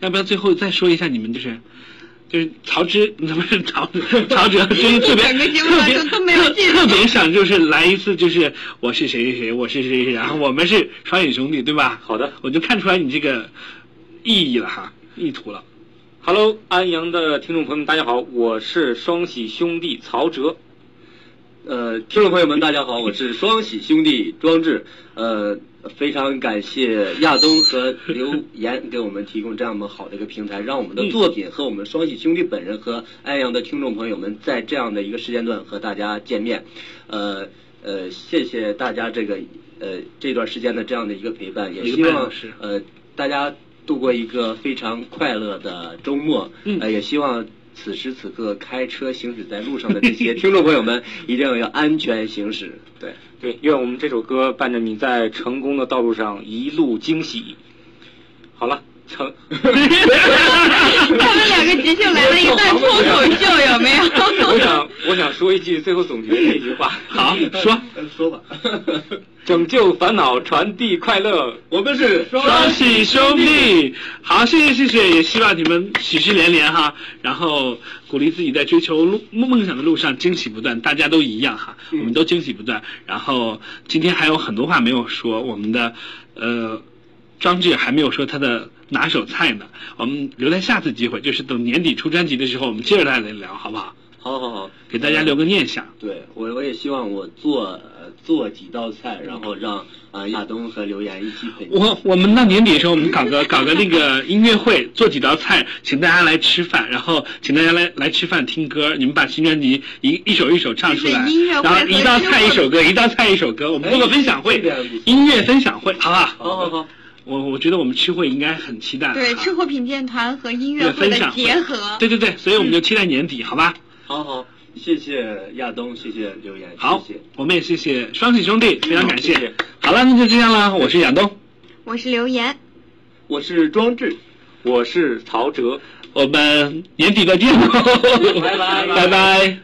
Speaker 2: 要不要最后再说一下你们就是？就是曹植， 不是曹植，曹哲，就是特别
Speaker 3: 整个节目
Speaker 2: 特别
Speaker 3: 当中都没有进步
Speaker 2: 特别想就是来一次，就是我是谁谁谁，我是谁谁，然后我们是双喜兄弟，对吧？
Speaker 5: 好的
Speaker 2: 我就看出来你这个意义了哈，意图了。
Speaker 5: Hello，安阳的听众朋友们，大家好，我是双喜兄弟曹哲。
Speaker 4: 呃，听众朋友们，大家好，我是双喜兄弟庄志。呃，非常感谢亚东和刘岩给我们提供这样的好的一个平台，让我
Speaker 2: 嗯
Speaker 4: 们的作品和我们双喜兄弟本人和安阳的听众朋友们在这样的一个时间段和大家见面。呃呃，谢谢大家这个呃这段时间的这样的一个陪伴，也
Speaker 2: 一个
Speaker 4: 希
Speaker 2: 半
Speaker 4: 望
Speaker 2: 小时
Speaker 4: 呃大家度过一个非常快乐的周末。
Speaker 2: 嗯
Speaker 4: 呃，也希望此时此刻开车行驶在路上的这 些听众朋友们，一定要安全行驶。对，
Speaker 5: 对，愿我们这首歌伴着你在成功的道路上一路惊喜。好了， 成。
Speaker 3: 他们两个即兴来了一段脱口秀，有没
Speaker 5: 我
Speaker 3: 有？
Speaker 5: 想，我想说一句，最后总结这一句话：
Speaker 2: 好，说。
Speaker 4: 呃说吧，
Speaker 5: 拯救烦恼，传递快乐。
Speaker 4: 我们是
Speaker 2: 双喜兄弟，好，谢谢谢谢，也希望你们喜事连连哈，然后鼓励自己在追求路梦梦想的路上惊喜不断，大家都一样哈，我们都惊喜不断。然后今天还有很多话没有说，我们的呃张志还没有说他的拿手菜呢，我们留在下次机会，就是等年底出专辑的时候，我们接着再来聊，好不好？
Speaker 4: 好好好，
Speaker 2: 给大家留个念想。
Speaker 4: 对我我也希望我做、呃、做几道菜，然后让啊、呃亚东和刘岩一起品尝。
Speaker 2: 嗯我我们到年底的时候，我们搞个 搞个那个音乐会，做几道菜，请大家来吃饭，然后请大家来来吃饭听歌，你们把新专辑一一首一首唱出来
Speaker 3: 就是音乐，会
Speaker 2: 然后
Speaker 3: 和
Speaker 2: 一道
Speaker 3: 吃
Speaker 2: 菜
Speaker 3: 货
Speaker 2: 一首歌，一道菜一首歌，我们做个分享
Speaker 4: 哎
Speaker 2: 会
Speaker 4: 这哦个不错，
Speaker 2: 音乐分享会，好不好？
Speaker 4: 好好好，
Speaker 2: 我我觉得我们吃货应该很期待了哈，啊
Speaker 3: 对，吃货品鉴团和音乐
Speaker 2: 对
Speaker 3: 会
Speaker 2: 分
Speaker 3: 的
Speaker 2: 享
Speaker 3: 结合。嗯
Speaker 2: 对对对，所以我们就期待年底，好吧？
Speaker 4: 好好，谢谢亚东，谢谢刘岩，
Speaker 2: 好
Speaker 4: 谢谢。，
Speaker 2: 我们也谢谢双喜兄弟，
Speaker 3: 嗯
Speaker 2: 非常感
Speaker 5: 谢
Speaker 2: 谢
Speaker 5: 谢。
Speaker 2: 好了，那就这样了，我是亚东，
Speaker 3: 我是刘岩。
Speaker 4: 我是庄志，
Speaker 5: 我是曹哲。
Speaker 2: 我们年底再见，
Speaker 4: 拜拜
Speaker 2: 拜拜。